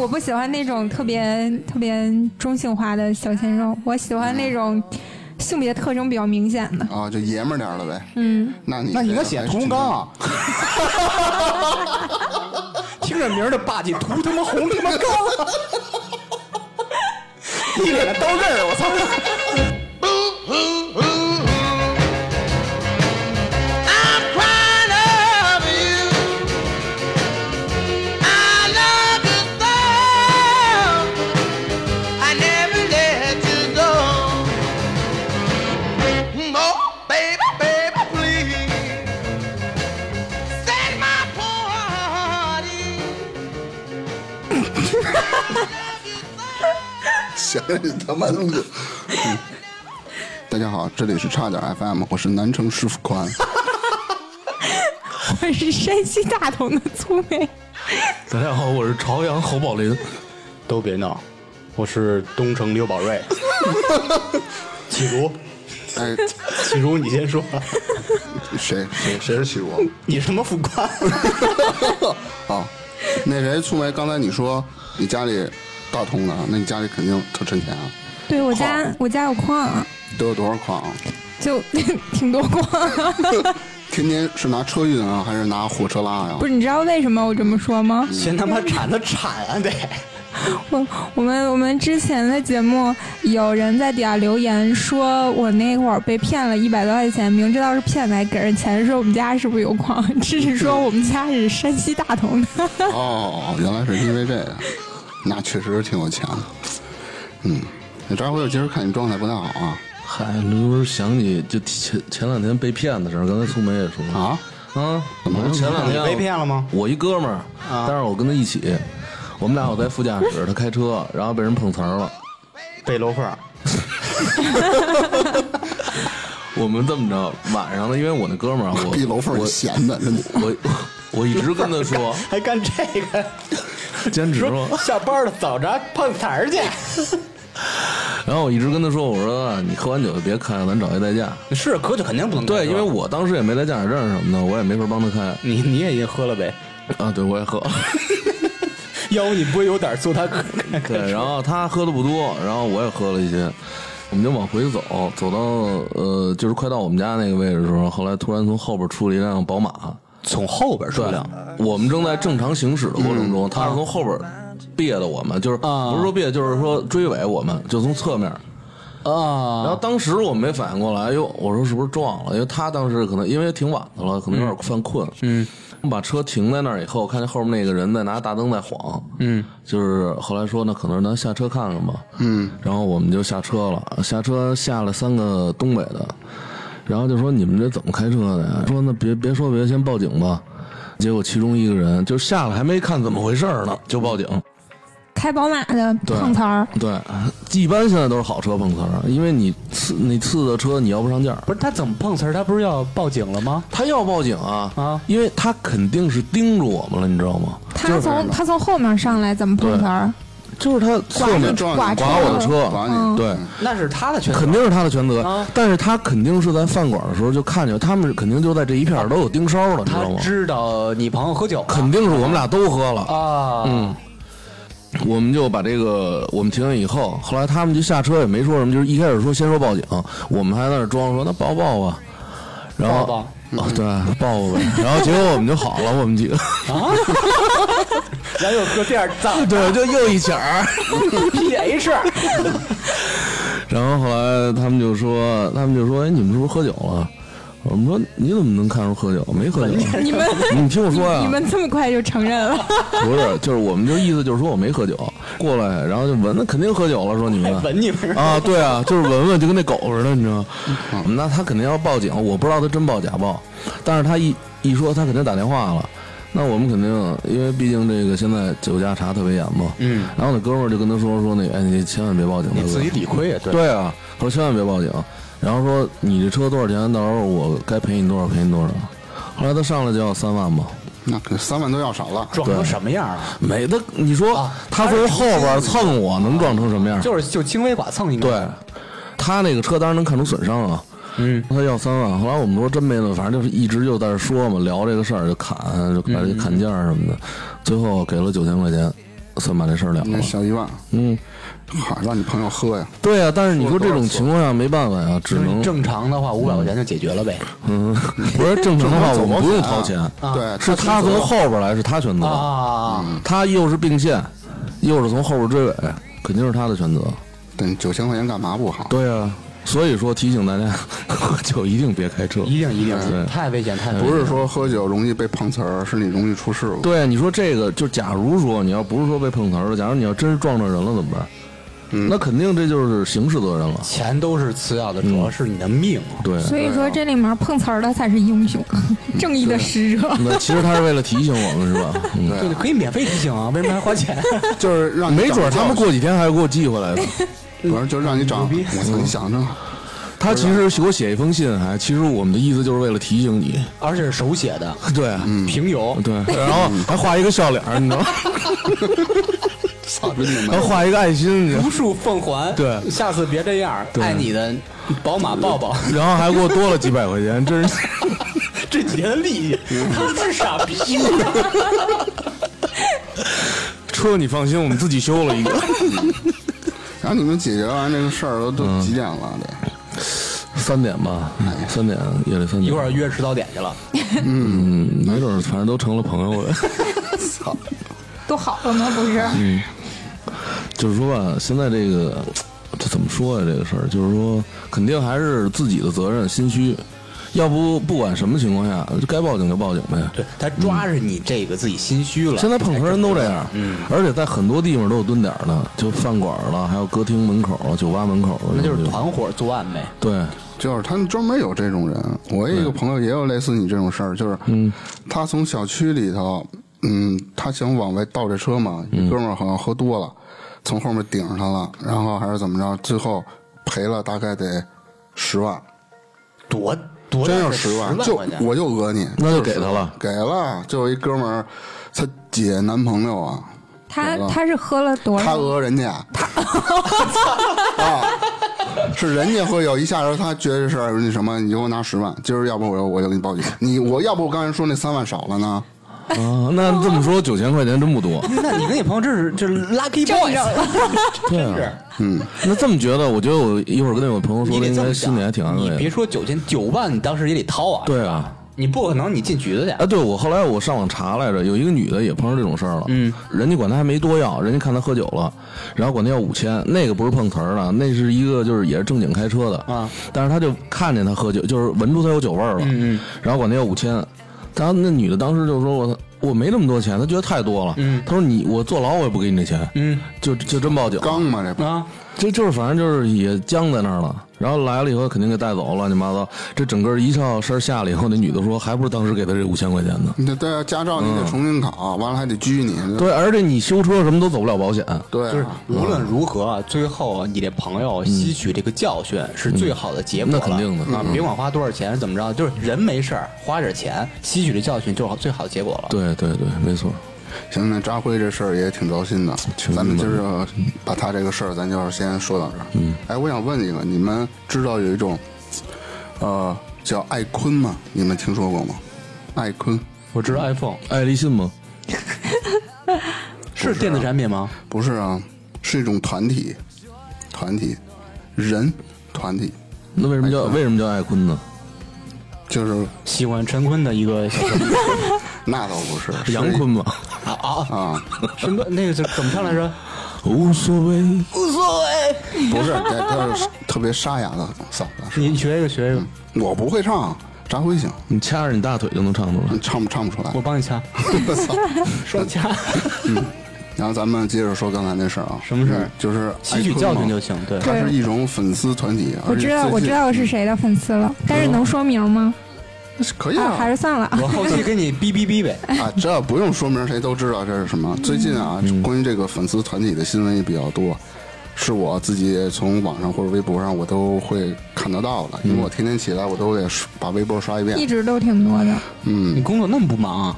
我不喜欢那种特别特别中性化的小鲜肉，我喜欢那种性别特征比较明显的。啊，就爷们儿点儿了呗。嗯，那你那你应该这写 还是屠洪挺 刚啊，听着名儿就霸气，屠他妈红他妈刚， 一脸的刀刃儿，我操！ Ooh, ooh, ooh. I'm crying over you. I love you so. I never let you go. Oh, baby, baby, please set my poor heart in. I love you so. 行，你他妈录。嗯大家好，这里是差点 FM，我是南城师傅宽。我是山西大同的粗眉。大家好，我是朝阳侯宝林。都别闹，我是东城刘宝瑞， 启如，哎，启如你先说， 谁谁谁是许茹？你什么副官？啊， 那谁，粗梅，刚才你说你家里大通的，那你家里肯定特趁钱啊，对我家我家有矿啊，都有多少矿啊？ 就 挺多矿啊。 天天是拿车运啊，还是拿火车拉呀、不是，你知道为什么我这么说 吗？先他妈铲子铲啊得！我我们我们之前的节目有人在底下留言说，我那会儿被骗了一百多块钱，明知道是骗来给人钱，说我们家是不是有矿？ 只是说我们家是山西大同的。 哦，原来是因为这个，那确实挺有钱的。嗯，那张辉，我今儿看你状态不太好啊。嗨，这不是想起就前前两天被骗的事儿，刚才苏梅也说了啊啊，我前两天你被骗了吗啊我一哥们儿，但是我跟他一起，我们俩我在副驾驶，他开车，然后被人碰瓷儿了。被楼凤，我们这么着，晚上呢，因为我那哥们儿啊，我毕楼凤儿我闲的，真的。我我一直跟他 说，还干这个，兼职嘛。说下班了走着碰瓷儿去。然后我一直跟他说，我说啊你喝完酒就别开了，咱找一代驾。 是，哥就肯定不能对，开车因为我当时也没带驾驶证什么的，我也没法帮他开你你也也喝了呗，啊。对，我也喝。 要不你不会有胆儿坐他哥？ 对，然后他喝的不多，然后我也喝了一些，我们就往回走，走到呃，就是快到我们家那个位置的时候，后来突然从后边出了一辆宝马。从后边对，我们正在正常行驶的过程中，他是从后边别的我们，就是啊不是说别，就是说追尾我们，就从侧面。啊，然后当时我没反应过来，哎呦，我说是不是撞了？因为他当时可能因为挺晚的了，可能有点犯困。嗯，把车停在那儿以后，看见后面那个人在拿大灯在晃。嗯，就是后来说呢，可能咱下车看看吧。嗯，然后我们就下车了，下车下了三个东北的，然后就说你们这怎么开车的呀？说那别别说别，先报警吧。结果其中一个人就下来还没看怎么回事儿呢，就报警。开宝马的对碰瓷儿，对，一般现在都是好车碰瓷儿，因为你次你次的车你要不上价儿，不是他怎么碰瓷儿？他不是要报警了吗？他要报警啊啊因为他肯定是盯着我们了，你知道吗？他从他从后面上来怎么碰瓷儿？啊就是他侧面撞刮你，车刮我的车，刮你，对。那是他的权肯定是他的全责，啊但是他肯定是在饭馆的时候就看见，他们肯定就在这一片儿都有盯梢了，你知他道吗？知道你朋友喝酒了肯定是我们俩都喝了，啊，嗯，我们就把这个我们停下以后，后来他们就下车也没说什么，就是一开始说先说报警，我们还在那儿装说那抱抱吧，然后抱啊对抱抱呗，然后结果我们就好了，我们几个然后又搁第二 脏 对就又一起 儿。 P H， 然后后来他们就说，他们就说，哎，你们是不是喝酒了？我们说你怎么能看出喝酒？没喝酒。你们你听我说啊呀、 你们这么快就承认了？不是，就是我们就意思就是说我没喝酒，过来，然后就闻，那肯定喝酒了，说你们闻你们啊，对啊，就是闻闻就跟那狗似的，你知道吗？那他肯定要报警，我不知道他真报假报，但是他一一说他肯定打电话了，那我们肯定，因为毕竟这个现在酒驾查特别严嘛，嗯，然后那哥们儿就跟他说说那个，哎，你千万别报警，大哥理亏也对对啊，他说千万别报警，然后说你这车多少钱，到时候我该赔你多少赔你多少。后来他上来就要三万嘛，那可三万都要少了。装成什么样啊？没他你说、啊他从后边蹭我能撞成什么样？就是就轻微剐蹭一个，对，他那个车当然能看出损伤啊。嗯，他要三万，后来我们说真没了，反正就是一直就在嗯这说嘛，聊这个事儿就砍，就把这砍价什么的，最后给了九千块钱。算把这事儿了那了。小一万，嗯，好让你朋友喝呀，对呀、但是你说这种情况下没办法呀、只能正常的话，五百块钱就解决了呗。嗯，不是正常的话，我们不用掏钱，啊对，是啊他选择从后边来，是他选嗯择，啊，他又是并线，又是从后边追尾，肯定是他的选择。等九千块钱干嘛不好？对啊，所以说提醒大家， 喝酒一定别开车。一定一对定，太危险，太危险不是说喝酒容易被碰瓷儿，是你容易出事故。对，啊你说这个，就假如说你要不是说被碰瓷儿了，假如你要真是撞着人了怎么办？那肯定这就是刑事责任了。钱都是次要的，主要是你的命啊。对，所以说这里面碰瓷儿的才是英雄，正义的使者。 那其实他是为了提醒我们，是吧？ 嗯，对对，可以免费提醒啊，为什么还花钱？ 就是让你没准儿长他们嗯教过几天还给我寄回来 呢。训，不是就让你长。牛逼我操，你想真好。他其实给我写一封信，还其实我们的意思就是为了提醒你。而且是手写的， 对，啊平邮。对，啊然后还画一个笑脸儿，你知道 吗？操，真的还吗？画一个爱心，你知道吗无数奉还，对下次别这样。爱你的宝马抱抱，然后还给我多了几百块钱，真是。 这几天的利益，他们是傻逼吗？车你放心，我们自己修了一个，然后你们解决完这个事儿都都嗯几点了？得三点吧，三点夜里三点。一会儿约迟早点去了。嗯，没准儿反正都成了朋友了。 都好了吗？不是，嗯就是说吧，现在这个这怎么说啊呀、这个事儿就是说，肯定还是自己的责任，心虚。要不不管什么情况下，该报警就报警呗。对他抓着你这个自己心虚了。嗯现在碰瓷儿人都这样，而且在很多地方都有蹲点儿的，就饭馆儿了，还有歌厅门口儿、酒吧门口儿，那就是有团伙作案呗。对，就是他们专门有这种人。我也有一个朋友也有类似你这种事儿，就是他从小区里头，嗯，他想往外倒这车嘛，一哥们儿好像喝多了，从后面顶上他了，然后还是怎么着，最后赔了大概得十万。多多真大要的十万，万就块钱我就讹你，那就给他了，给了。就一哥们儿，他姐男朋友啊，他他是喝了多他少？讹人家，他 啊，是人家会有一下子，他觉得是那什么，你给我拿十万，今儿要不我就我就给你报警，你我要不我刚才说那三万少了呢，啊，那这么说九千块钱真不多。那你跟你朋友这是这是 lucky 正 boy，着 真是。啊那这么觉得，我觉得我一会儿跟我朋友说你的，得应这该么心里还想，挺安慰你别的。说九千九万，你当时也得掏啊。，对啊，你不可能你进局子去哎，。对我后来我上网查来着，有一个女的也碰上这种事儿了。嗯，人家管她还没多要，人家看她喝酒了，然后管她要五千，那个不是碰瓷儿的，那是一个就是也是正经开车的啊，但是他就看见她喝酒，就是闻出她有酒味儿了，嗯嗯，然后管她要五千，然后那女的当时就说我我没那么多钱，她觉得太多了，嗯，她说你我坐牢我也不给你这钱，嗯，就就真报警，刚嘛这不啊，这就是反正就是也僵在那儿了，然后来了以后肯定给带走了，你妈糟，这整个一上身下来以后，那女的说还不是当时给她这五千块钱呢。你得对啊，驾照你得重新考，完了还得拘你，对，而且你修车什么都走不了保险。对就是啊，无论如何，最后你这朋友吸取这个教训是最好的结果了。那肯定的啊，别管花多少钱怎么着，就是人没事儿，花点钱吸取这教训就是最好的结果了。对对对，没错。行，那扎辉这事儿也挺糟心的，咱们今儿就把他这个事儿，咱就是先说到这儿。嗯，哎，我想问一个，你们知道有一种，呃，叫艾坤吗？你们听说过吗？艾坤我知道 iPhone 爱立信吗？是电子产品吗？不是啊，是一种团体，团体，人团体，那为什么叫为什么叫爱坤呢？就是喜欢陈坤的一个小哥哥那倒不 是，是杨坤吗？啊啊，啊，陈坤那个是怎么唱来着？无所谓。无所谓。不是，这他是特别沙哑的嗓子，你学一个学一个，我不会唱，扎辉行，你掐着你大腿就能唱出来。唱不唱不出来我。帮你掐，我 操！双掐。然后咱们接着说刚才那事儿啊，什么事儿嗯就是吸取教训就行艾对坤嘛它是一种粉丝团体，我知道，而且最近我知道我是谁的粉丝了，但是能说名吗？可以啊，还啊是算了。我后期给你哔哔哔呗。啊，这不用说明，谁都知道这是什么。最近啊，关于这个粉丝团体的新闻也比较多，是我自己从网上或者微博上我都会看得到的，因为我天啊天起来我都得刷把微博刷一遍一。直都挺多的，嗯，你工作那么不忙啊？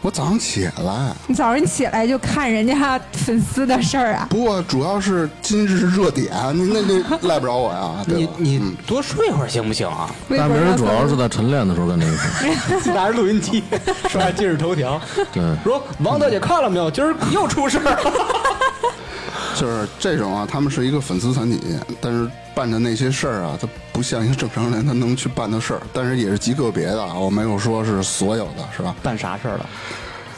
我早上起来，你早上起来就看人家粉丝的事儿啊？不过主要是今日热点，你那那赖不着我 呀，对你吧？你多睡会儿行不行啊？微大博明上儿主要粉是在晨练的时候干这个事儿。拿着录音机刷今日头条，对，说王大姐看了没有？今儿又出事儿了。就是这种啊，他们是一个粉丝团体，但是办的那些事儿啊，他不像一个正常人他能去办的事儿，但是也是极个别的，啊，我没有说是所有的，是吧？ 办啥事儿了？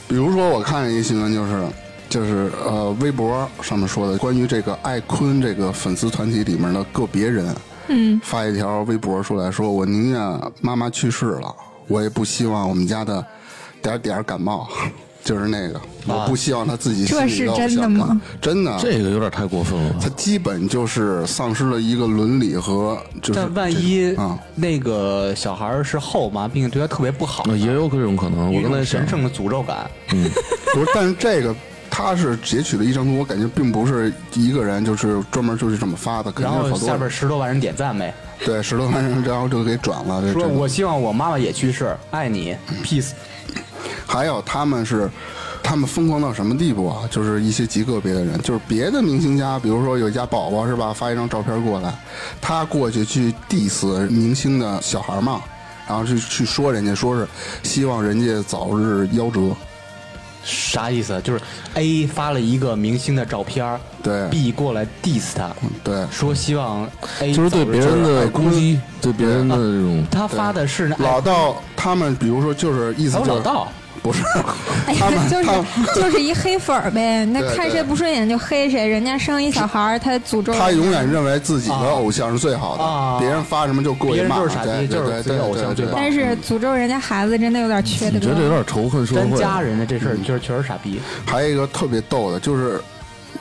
比如说，我看一新闻就是。就是呃，微博上面说的关于这个艾坤这个粉丝团体里面的个别人，嗯，发一条微博出来说，我宁愿妈妈去世了，我也不希望我们家的点儿点儿感冒， 就是那个，我不希望他自己心这里是有真的想法吗？真的， 这个有点太过分 了吧他。基本就是丧失了一个伦理和就是但万一这啊，那个小孩儿是后妈，并且对他特别不好，啊也有这种可能，有我一刚才种想神，圣的诅咒感。 不是，但是这个他是截取了一张图，我感觉并不是一个人，就是专门就是这么发的，肯然定后是好多下边人。十多万人点赞呗，对，十多万人，然后就给转了。这嗯说这我希望我妈妈也去世，爱你，peace。还有他们是，他们疯狂到什么地步啊？就是一些极个别的人，就是别的明星家，比如说有一家宝宝是吧，发一张照片过来，他过去去 diss 明星的小孩嘛，然后去去说人家，说是希望人家早日夭折。啥意思？就是 A 发了一个明星的照片儿对嗯，B 过来 diss 他，对，说希望 A 就是对早日别人治的哎攻击，对别人的这 种，他发的是那老道他们，比如说就是意思还有就是老道，不是， 哎他们呀， 就是他们就是一黑粉儿呗，那对看对谁不顺眼就黑谁，人家生一小孩儿，他诅咒他人永远认为自己的偶像是最好的，嗯啊别人发什么就过去骂，别人就是傻对逼就是对自己对偶对对像最棒但是诅咒人家孩子真的有点缺你德。觉得有点仇恨社咱会。家人的这事嗯儿就是确实傻逼。还有一个特别逗的，就是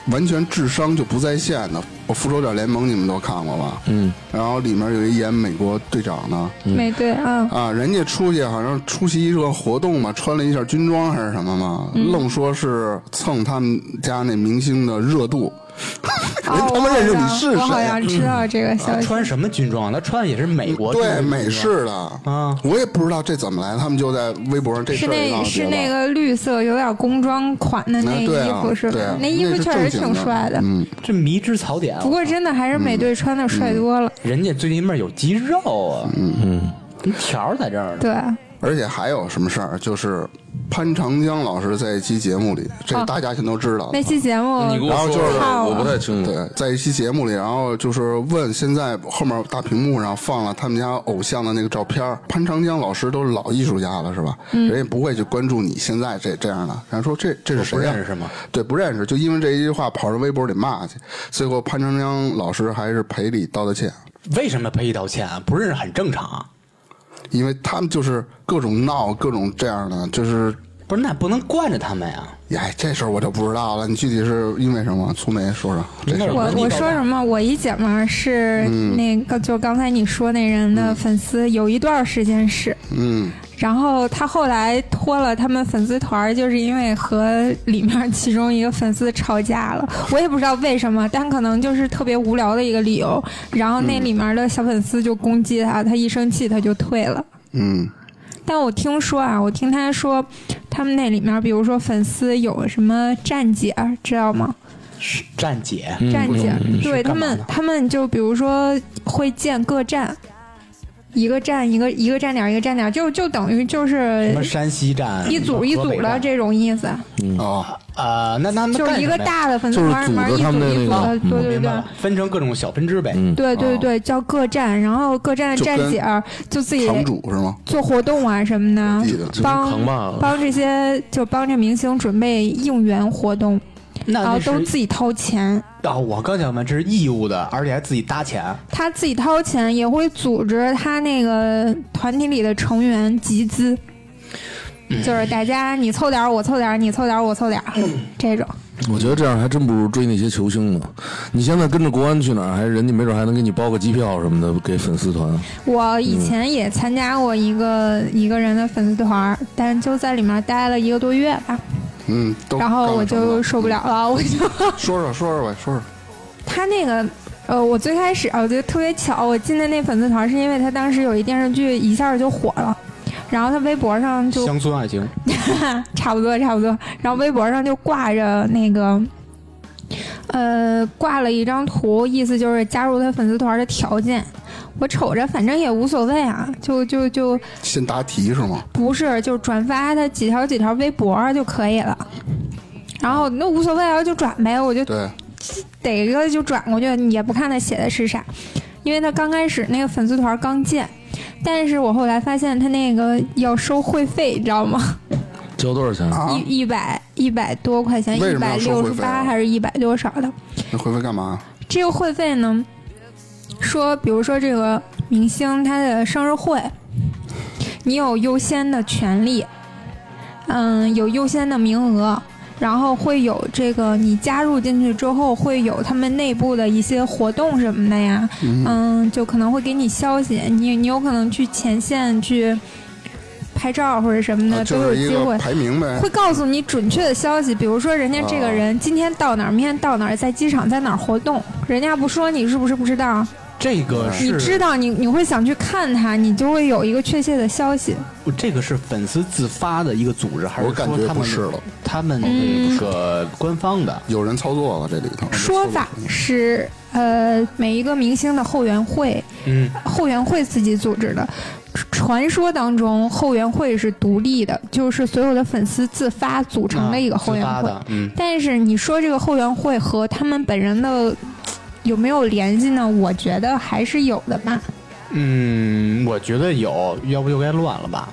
完全智商就不在线的。我《复仇者联盟》你们都看过吧？嗯，然后里面有一演美国队长的嗯没对啊，啊，人家出去好像出席一个活动嘛，穿了一下军装还是什么嘛，嗯愣说是蹭他们家那明星的热度。啊人哦 他我妈好认识你像是我好谁？啊像嗯知道这个消他息。穿什么军装？他穿的也是美国军哎对装美式的啊，我也不知道这怎么来，他们就在微博上这是事儿也那闹是绝那了个绿色有点工装款的那嗯衣对啊服是吧对啊？那衣服那是确实正经挺的帅的，嗯，这迷之草典啊。不过真的还是美队穿的帅多了。人家最近面有肌肉啊，嗯嗯，条儿在这儿呢。对，而且还有什么事儿？就是潘长江老师在一期节目里，这哦大家全都知道。那期节目你给然后我就说是说看我了不太清楚。对，在一期节目里，然后就是问现在后面大屏幕上放了他们家偶像的那个照片儿，潘长江老师都是老艺术家了，是吧？嗯人也不会去关注你现在这这样的。然后说这这是谁、不呀？认识吗？对，不认识，就因为这一句话跑到微博里骂去，最后潘长江老师还是赔礼道的歉，为什么赔礼道歉啊？不认识很正常啊。因为他们就是各种闹，各种这样的，就是不是，那不能惯着他们呀。哎，这事儿我就不知道了。你具体是因为什么？苏梅说说这事没事儿。我你我搞说吧什么？我一姐们儿是嗯那个，就刚才你说那人的粉丝，有一段时间是，嗯，然后他后来脱了他们粉丝团儿，就是因为和里面其中一个粉丝吵架了。 我也不知道为什么，但可能就是特别无聊的一个理由。然后那里面的小粉丝就攻击他，他一生气他就退了。嗯，但我听说啊，我听他说，他们那里面，比如说粉丝有什么站姐，知道吗？是站姐，站姐，对是他干嘛们呢，他们就比如说会建各站，一个站一个一个站点儿一个站点儿，就就等于就什是么山西 站，啊一组一河北组的站这种意思，哦，啊，那他们就是干一个什么呀，大的粉丝团儿里面就是组织一他们组的一组的，对那个对明白对了。，分成各种小分支呗。嗯对对对，叫各站，然后各站的站姐儿就自己堂主是吗？做活动啊什么记的，得帮扛把子帮这些就帮这明星准备应援活动，啊那然后那哦都是自己掏钱。啊，我刚想问，这是义务的，而且还自己搭钱。他自己掏钱，也会组织他那个团体里的成员集资，就是大家你凑点儿，我凑点儿，你凑点儿，我凑点儿，这种。我觉得这样还真不如追那些球星呢。你现在跟着国安去哪儿，还人家没准还能给你包个机票什么的给粉丝团。我以前也参加过一个一个人的粉丝团儿，但就在里面待了一个多月吧，嗯，都然后我就受不了嗯了， 我就说说说说呗，说说。他那个。呃，我最开始啊，我觉得特别巧，我进的那粉丝团儿是因为他当时有一电视剧一下就火了，然后他微博上就乡村爱情，差不多差不多。然后微博上就挂着那个，呃，挂了一张图，意思就是加入他粉丝团的条件。我瞅着反正也无所谓啊，就就就先答题是吗？不是就转发他几条几条微博就可以了。然后那无所谓啊，就转呗，我就对，逮一个就转过去，也不看他写的是啥，因为他刚开始那个粉丝团刚建，但是我后来发现他那个要收会费，你知道吗？交多少钱？啊，一一百一百多块钱，为一什么百要收六会十费八啊还是一百多少的？那回回干嘛？这个会费呢，说比如说这个明星他的生日会，你有优先的权利，嗯，有优先的名额，然后会有这个你加入进去之后会有他们内部的一些活动什么的呀，嗯，就可能会给你消息，你你有可能去前线去拍照或者什么的、啊就都有是一机个会。排名 呗会。告诉你准确的消息，比如说人家这个人今天到哪儿，明天到哪儿，在机场在哪儿活动，人家不说你是不是不知道？这个嗯你是知道你你会想去看他，你就会有一个确切的消息。这个是粉丝自发的一个组织，还是我感说觉他不们是了，他们嗯那个官方的？有人操作了这里头。说法是，呃，每一个明星的后援会，嗯，后援会自己组织的。传说当中，后援会是独立的，就是所有的粉丝自发组成的一个后自援发会。的，嗯，但是你说这个后援会和他们本人的嘖有没有联系呢？我觉得还是有的吧。嗯，我觉得有，要不就该乱了吧，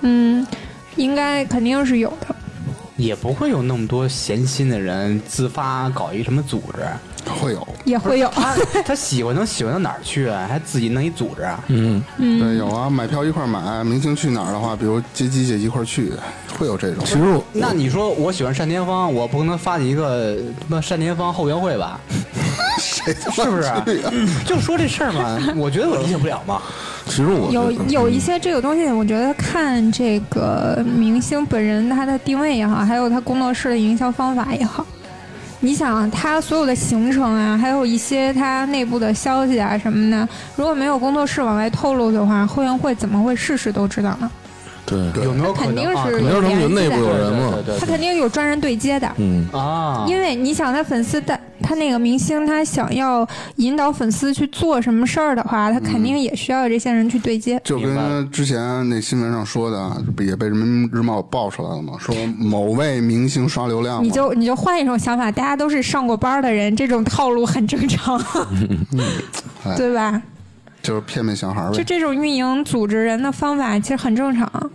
嗯，应该肯定是有的。也不会有那么多闲心的人自发搞一什么组织。啊会有，也会有，他 他喜欢能喜欢到哪儿去啊？还自己弄一组织啊？嗯，对，有啊，买票一块儿买，明星去哪儿的话，比如接机姐一块儿去，会有这种。其实我那你说我喜欢单田芳，我不可能发你一个什么单田芳后援会吧？谁他是不是妈去呀？就说这事儿嘛，我觉得我理解不了嘛。其实我有觉得有一些这个东西，我觉得看这个明星本人他的定位也好，还有他工作室的营销方法也好。你想他所有的行程啊，还有一些他内部的消息啊什么的，如果没有工作室往外透露的话，后援会怎么会事事都知道呢？对，有没有可肯能定啊？是肯定有是他们联系内部的有人嘛对对他对肯定有专人对接的。嗯，对啊，因为你想，他粉丝带他那个明星，他想要引导粉丝去做什么事儿的话，他嗯肯定也需要这些人去对接。就明白了跟之前那新闻上说的，啊也被人民日报爆出来了嘛，说某位明星刷流量嘛，你就你就换一种想法，大家都是上过班的人，这种套路很正常， 对吧？嗯哎就是骗骗小孩儿就呗。这种运营组织人的方法，其实很正常。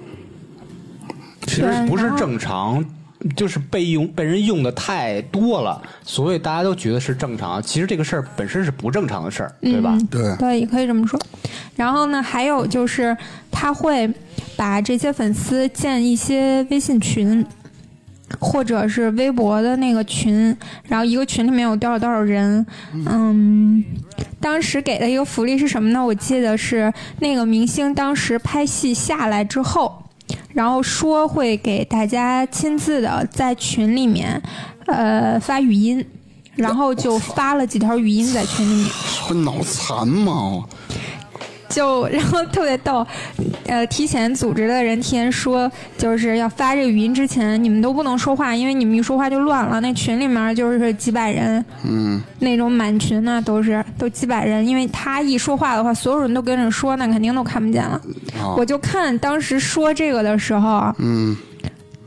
其实不是正常，就是被用被人用的太多了，所以大家都觉得是正常。其实这个事儿本身是不正常的事儿，对吧？嗯对，对，也可以这么说。然后呢，还有就是他会把这些粉丝建一些微信群，或者是微博的那个群，然后一个群里面有多少多少人。嗯，当时给的一个福利是什么呢？我记得是那个明星当时拍戏下来之后。然后说会给大家亲自的在群里面，呃发语音，然后就发了几条语音在群里面。不脑残吗？就然后特别逗，呃，提前组织的人提前说，就是要发这个语音之前，你们都不能说话，因为你们一说话就乱了。那群里面就是几百人，嗯，那种满群呢、都是都几百人，因为他一说话的话，所有人都跟着说，那肯定都看不见了。啊我，就看当时说这个的时候啊，嗯，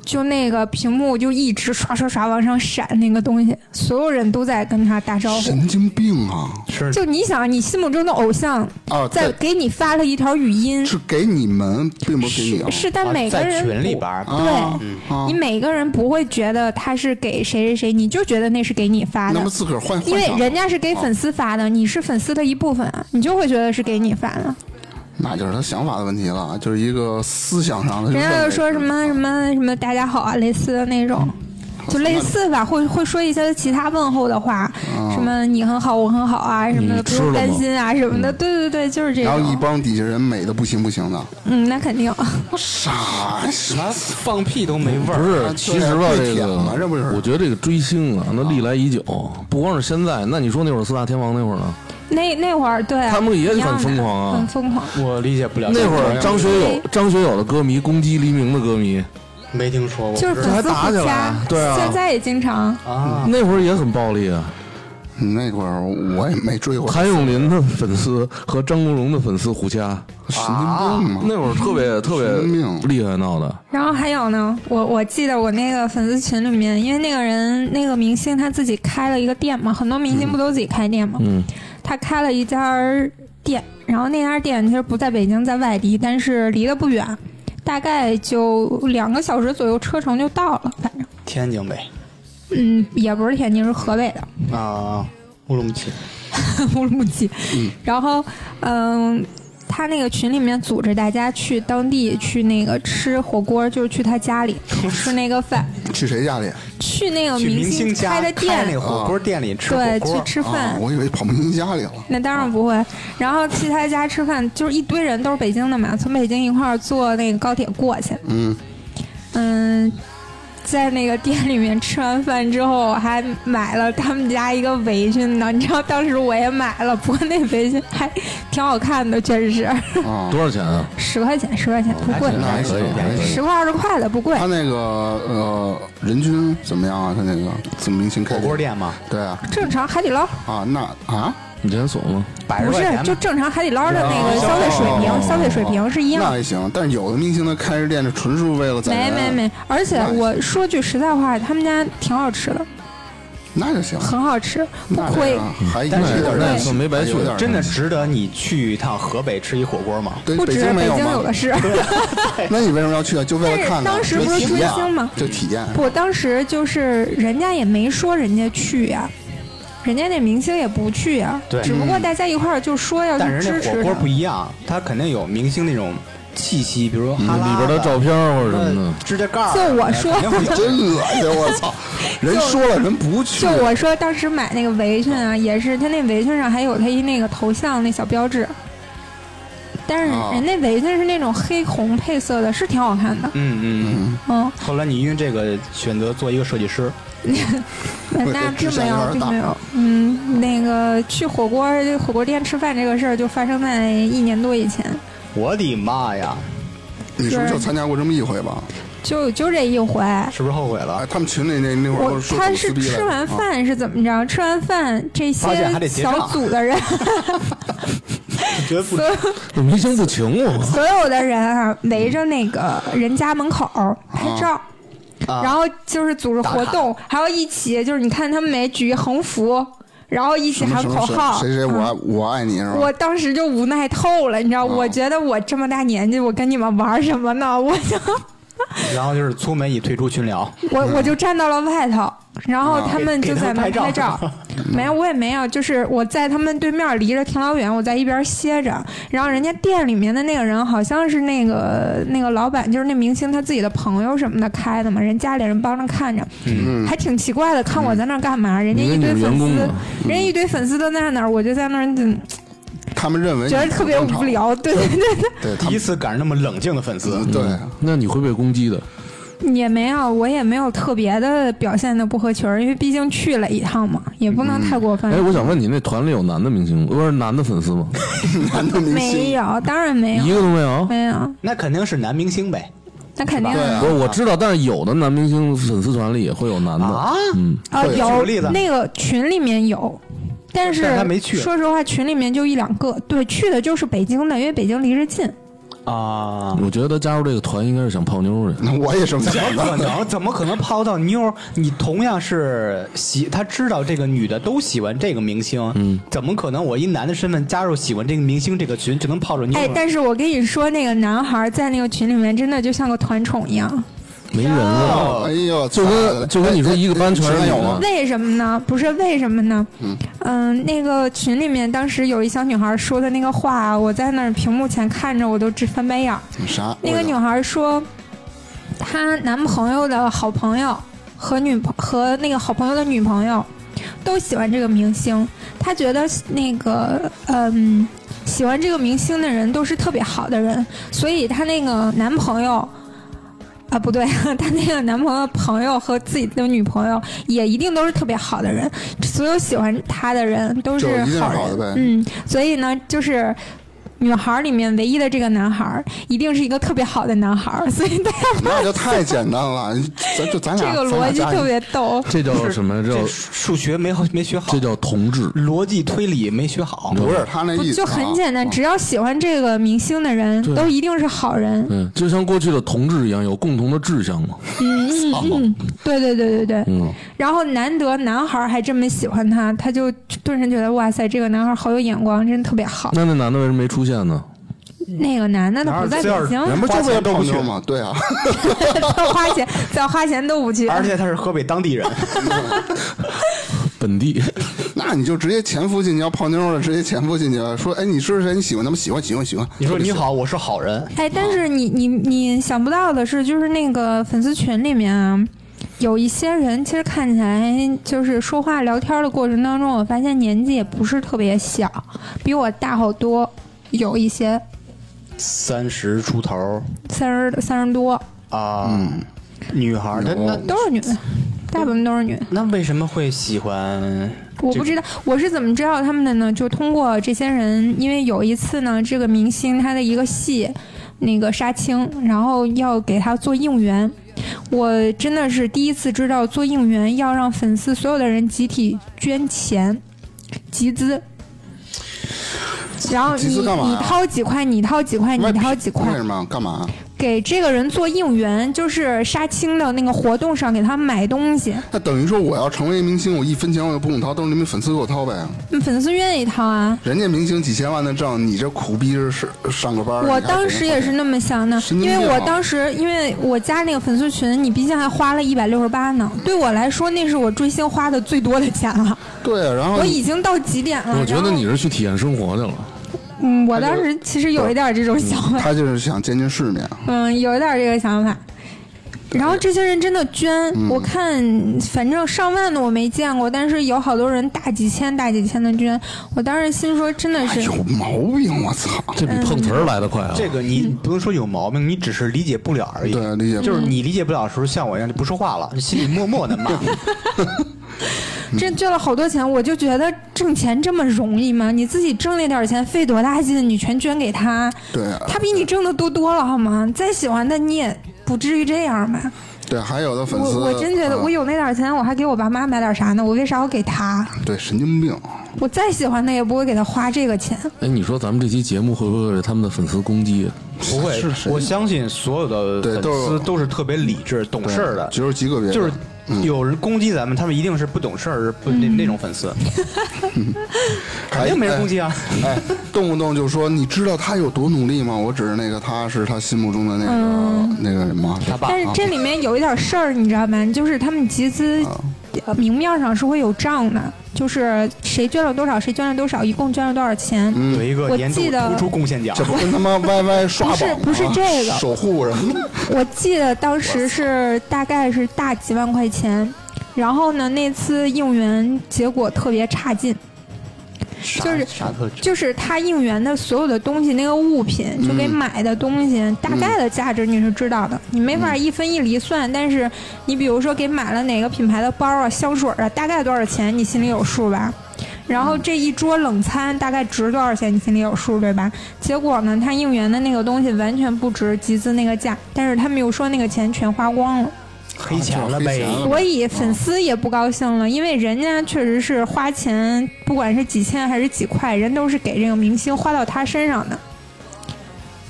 就那个屏幕就一直刷刷刷往上闪那个东西，所有人都在跟他打招呼。神经病啊！是就你想，你心目中的偶像啊，在在给你发了一条语音，是给你们，并不是给你啊是。是，但每个在人群里不边儿，对、啊啊你，每个人不会觉得他是给谁谁谁，你就觉得那是给你发那的么，自个儿换，因为换上人家是给粉丝发的，你是粉丝的一部分啊，你就会觉得是给你发的。那就是他想法的问题了，就是一个思想上的。人家认就为说是什么什么什么大家好啊，类似的那种，就类似吧，会会说一些其他问候的话，什么你很好，我很好啊，什么的，你不吃了用担吗心啊，什么的。对对对，就是这然后一种。帮底下人美的不行不行的，嗯，那肯定。 啥啥？啊放屁都没味不儿。是，其实吧，被这舔个了这不是我觉得这个追星啊，那历来已久，不光是现在。那你说那会儿四大天王那会儿呢？那那会儿，对啊他们也一样的很疯狂啊很疯狂。我理解不了那会儿张学友，张学友的歌迷攻击黎明的歌迷，没听说过就是粉丝这还打互起来掐啊，对啊现在也经常。啊，那会儿也很暴力啊。那会儿我也没追过，谭咏麟的粉丝和张国荣的粉丝互掐，神经病嘛！那会儿特别特神经别病厉害闹的。然后还有呢，我我记得我那个粉丝群里面，因为那个人那个明星他自己开了一个店嘛，很多明星不都自己开店嘛，嗯，他开了一家儿店，然后那家店其实不在北京，在外地，但是离得不远，大概就两个小时左右车程就到了，反正天津呗嗯，也不是天津，是河北的。啊，乌鲁木齐 乌鲁木齐。然后，嗯，他那个群里面组织大家去当地去那个吃火锅，就是去他家里吃那个饭，去谁家里？啊去那个去明哦星家开的那店个，啊火锅店里吃火对，去锅，吃啊饭，。我以为跑明星家里了。那当然不会。然后去他家吃饭，就是一堆人都是北京的嘛，从北京一块儿坐那个高铁过去。嗯，嗯，在那个店里面吃完饭之后，我还买了他们家一个围裙呢。你知道当时我也买了，不过那围裙还挺好看的，确实是啊，嗯多少钱啊？十块钱，十块钱不贵，那还可以，还可以。十块二十块的不贵他。那个呃，人均怎么样啊？他那个怎么明星开火锅？店嘛，对啊，正常海底捞啊那啊，你连锁吗？百十不块是钱就嘛，正常海底捞的那个消费水平，消费水平是一样那的。还行。但是有的明星他开着店，这纯是为了攒没人没，没，而且我说句实在话，他们家挺好吃的，那就行，很好吃，不那亏这。样还但是有点有点儿没白去有点儿真的值得你去一趟河北吃一火锅吗？对不北止京没北有京有吗的？是，那你为什么要去啊？就为但了是看看？当时不是追星吗？就体验。我当时就是人家也没说人家去呀、人家那明星也不去呀、对只不过大家一块儿就说要去但支是那火持锅他不。一样，它肯定有明星那种气息，比如说哈嗯里拉呃边的照片或者什么的。指甲盖儿，就我说肯定会有真恶 心！我操，人说了人不去就，我说当时买那个围裙啊，也是他那围裙上还有他一那个头像那小标志，但是哦人那围裙是那种黑红配色的，是挺好看的。 嗯嗯嗯。嗯，后来你因为这个选择做一个设计师，那我嗯那这并指甲没有有，点并大没有。嗯，那个去火锅火锅店吃饭这个事儿就发生在一年多以前，我的妈呀，你是不是就参加过这么一回吧？就就这一回。是不是后悔了啊哎，？他们群里那那会儿我都说他我是撕逼来吃着完啊饭是怎么着？吃完饭这发现还些得结账小组的人， 觉得不所有这明星不请我，所有的人啊，围着那个人家门口拍啊照。然后就是组织活动，还要一起，就是你看他们每举横幅，然后一起什么喊什口么谁号。谁谁我嗯啊爱我爱你是吧？我当时就无奈透了，你知道，我觉得我这么大年纪，我跟你们玩什么呢？我就然后就是粗眉已退出群聊，我我就站到了外头，然后他们就在那给给他拍们拍照照。没有，我也没有，就是我在他们对面离着挺老远，我在一边歇着。然后人家店里面的那个人好像是那个那个老板，就是那明星他自己的朋友什么的开的嘛，人家里人帮着看着，还挺奇怪的。看我在那儿干嘛？人家一堆你粉丝跟你们员工呢，人家一堆粉丝都在那儿，我就在那儿嗯他们认为觉得你特别哎正常无，聊。对 对对。对第他一们次赶上那么冷静的粉嗯丝，对。 那你会被攻击的。也没有，我也没有特别的表现的不合群儿，因为毕竟去了一趟嘛，也不能太过分。哎，我想问你，那团里有男的明星吗，不是男的粉丝吗？男的明没星，有，当然没一有，个都没有。没有，那肯定是男明星呗那肯定对的。啊不是，我知道，但是有的男明星粉丝团里也会有男的。嗯啊！啊，对举有个例子那个群里面有，但是但是他没去说实话，群里面就一两个，对，去的就是北京的，因为北京离着近。啊，我觉得加入这个团应该是想泡妞的。那我也这么怎想么可的。 能？怎么可能泡到妞儿？你同样是喜，他知道这个女的都喜欢这个明星，嗯，怎么可能我一男的身份加入喜欢这个明星这个群就能泡着妞哎儿，呢？但是我跟你说，那个男孩在那个群里面真的就像个团宠一样，没人了。 哎呦，就跟就跟你说一个班全是哎哎女有吗的，为什么呢？不是为什么呢？嗯、那个群里面当时有一小女孩说的那个话，我在那儿屏幕前看着，我都直翻白眼儿。啥？那个女孩说，她男朋友的好朋友和女朋和那个好朋友的女朋友都喜欢这个明星，他觉得那个嗯喜欢这个明星的人都是特别好的人，所以她那个男朋友。啊，不对， 她那个男朋友、朋友和自己的女朋友也一定都是特别好的人，所有喜欢她的人都是就一定是好好人。的呗嗯，所以呢，就是女孩儿里面唯一的这个男孩，儿，一定是一个特别好的男孩，儿，所以大 家那就太简单了， 咱就咱这俩个咱逻俩辑加一特别逗。这叫什么？这这叫数学没好没学好这，叫同志。逻辑推理没学好。不是他那不意思就啊，很简单，只要喜欢这个明星的人对都一定是好人。嗯，就像过去的同志一样，有共同的志向嘛。嗯嗯嗯，对对对对对。嗯，然后难得男孩儿还这么喜欢她，她就顿时觉得哇塞，这个男孩儿好有眼光，真特别好。那那男的为什么没出现呢？那个男的他不在北京， 人不就为了泡妞吗？对啊， 他花钱，再花钱都不去。而且他是河北当地 人，本地那你就直接潜伏进去要泡妞了，直接潜伏进去说，哎，你是谁？你喜欢他们？喜欢，喜欢，喜欢。你特说别喜你欢，好，我是好人，哎，但是你你你想不到的是，就是那个粉丝群里面啊，有一些人其实看起来就是说话聊天的过程当中，我发现年纪也不是特别小，比我大好多，有一些三十出头三十三十多，啊，女孩儿，那那都是女的，大部分都是女的。那为什么会喜欢？我不知道我是怎么知道他们的呢？就通过这些人，因为有一次呢，这个明星他的一个戏，那个杀青，然后要给他做应援。我真的是第一次知道做应援要让粉丝所有的人集体捐钱集资，然后集你资干嘛你呀掏几块，你掏几哎块，你为掏几块为，什么？干嘛？给这个人做应援，就是杀青的那个活动上给他买东西。那等于说我要成为明星，我一分钱我也不用掏，都是你们粉丝给我掏呗。嗯粉丝愿意掏啊，人家明星几千万的挣，你这苦逼是上个班儿。我你还当时也是那么想的，神因经为病我啊当时因为我加那个粉丝群，你毕竟还花了一百六十八呢。对我来说，那是我追星花的最多的钱了。对啊，然后我已经到极点了。 我觉得然后你是去体验生活去了。嗯，我当时其实有一点这嗯种想法，他就是想见见世面。嗯，有一点这个想法。然后这些人真的捐，嗯我看反正上万的我没见过，但是有好多人大几千、大几千的捐。我当时心说，真的是、有哎毛病，我操！这比碰瓷儿来的快啊！这 个你不能说有毛病，你只是理解不了而已。对，理解不就了是你理解不了的时候，像我一样就不说话嗯了，心里默默 的骂。这嗯捐了好多钱，我就觉得挣钱这么容易吗？你自己挣那点钱费多大劲，你全捐给他，对啊他比你挣的多多了好吗？再喜欢他你也不至于这样吧？对，还有的粉丝，我我真觉得啊我有那点钱，我还给我爸妈买点啥呢？我为啥要给他？对神经病。我再喜欢他也不会给他花这个钱。哎，你说咱们这期节目会不会被他们的粉丝攻击？啊不会是，是我相信所有的对粉都是丝都是特别理智、懂事儿的，只有极个别的就是嗯有人攻击咱们，他们一定是不懂事儿、不嗯那那种 粉丝，肯定没人攻击啊。哎，动不动就说你知道他有多努力吗？我指着那个他是他心目中的那个、嗯那个什么，他爸但是这里面有一点事儿，你知道吗？就是他们集资，啊呃明面上是会有账的，就是谁捐了多少，谁捐了多少，一共捐了多少钱。有一个我年度记得突出贡献奖嗯这，不跟他 妈 YY 刷不榜是吗不是这个守护什么的？我记得当时是大概是大几万块钱，然后呢，那次应援结果特别差劲，就就是啥特质？就是他应援的所有的东西，那个物品就给买的东西，大概的价值你是知道的，你没法一分一厘算，但是你比如说给买了哪个品牌的包啊、香水啊，大概多少钱，你心里有数吧？然后这一桌冷餐大概值多少钱，你心里有数对吧？结果呢，他应援的那个东西完全不值集资那个价，但是他们又说那个钱全花光了。黑钱了黑呗钱。了所以粉丝也不高兴了，因为人家确实是花钱，不管是几千还是几块，人都是给这个明星花到他身上的。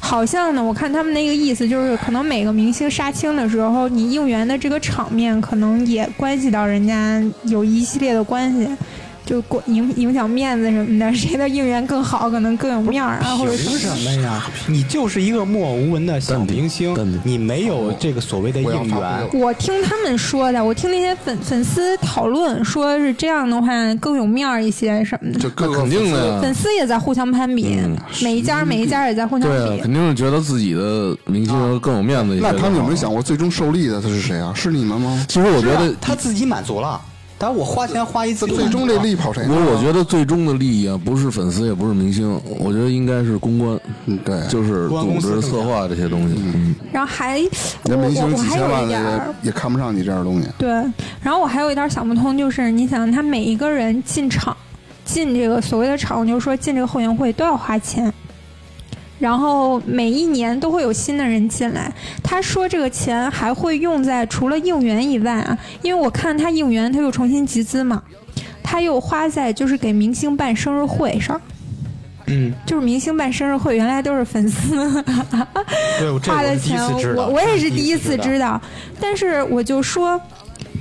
好像呢，我看他们那个意思就是，可能每个明星杀青的时候，你应援的这个场面，可能也关系到人家有一系列的关系。就过影影响面子什么的， 谁的应援更好，可能更有面儿啊，或者凭什么呀？你就是一个默默无闻的小明星淡定，你没有这个所谓的应我要发挥援了。我听他们说的，我听那些粉粉丝讨论说是这样的话更有面儿一些什么的。就各个肯定的呀粉嗯丝也在互相攀比，每一家每一家也在互相对啊，比。肯定是觉得自己的明星更有面子一些。啊那他们有没有想过最终受力的他是谁啊？是你们吗？其实我觉是得啊，他自己满足了，但我花钱花一次，最终这力跑 谁呢？我我觉得最终的利益啊，不是粉丝，也不是明星，我觉得应该是公关，嗯对就是公关公组司织策划这些东西。嗯，然后还我那明我星我几还千有万一的点儿也也看不上你这样的东西。对，然后我还有一点想不通，就是你想他每一个人进场，进这个所谓的场，就是说进这个后援会都要花钱，然后每一年都会有新的人进来。他说这个钱还会用在除了应援以外啊，因为我看他应援，他又重新集资嘛，他又花在就是给明星办生日会上。嗯，就是明星办生日会，原来都是粉丝对，我这花我的是第一钱，次知道，我我也是第一一次次知道。道。但是我就说，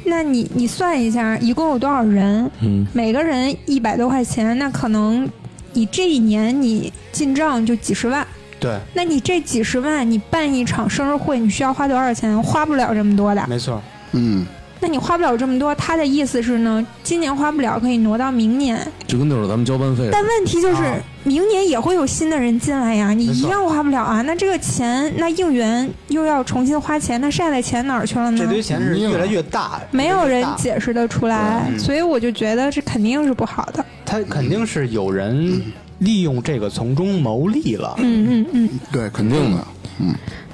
那你你算一下，一共有多少人？嗯，每个人一百多块钱，那可能你这一年你进账就几十万。对，那你这几十万，你办一场生日会，你需要花多少钱？花不了这么多的。没错，嗯，那你花不了这么多，他的意思是呢，今年花不了，可以挪到明年。就跟那会儿咱们交班费似的，但问题就是啊，明年也会有新的人进来呀，你没一错样花不了啊。那这个钱，那应援又要重新花钱，那晒的钱哪儿去了呢？这堆钱是越来越大，嗯没有人解。解释得出来，对嗯所以我就觉得这肯定是不好的。他肯定是有人利用这个从中牟利了。嗯嗯嗯。对，肯定的。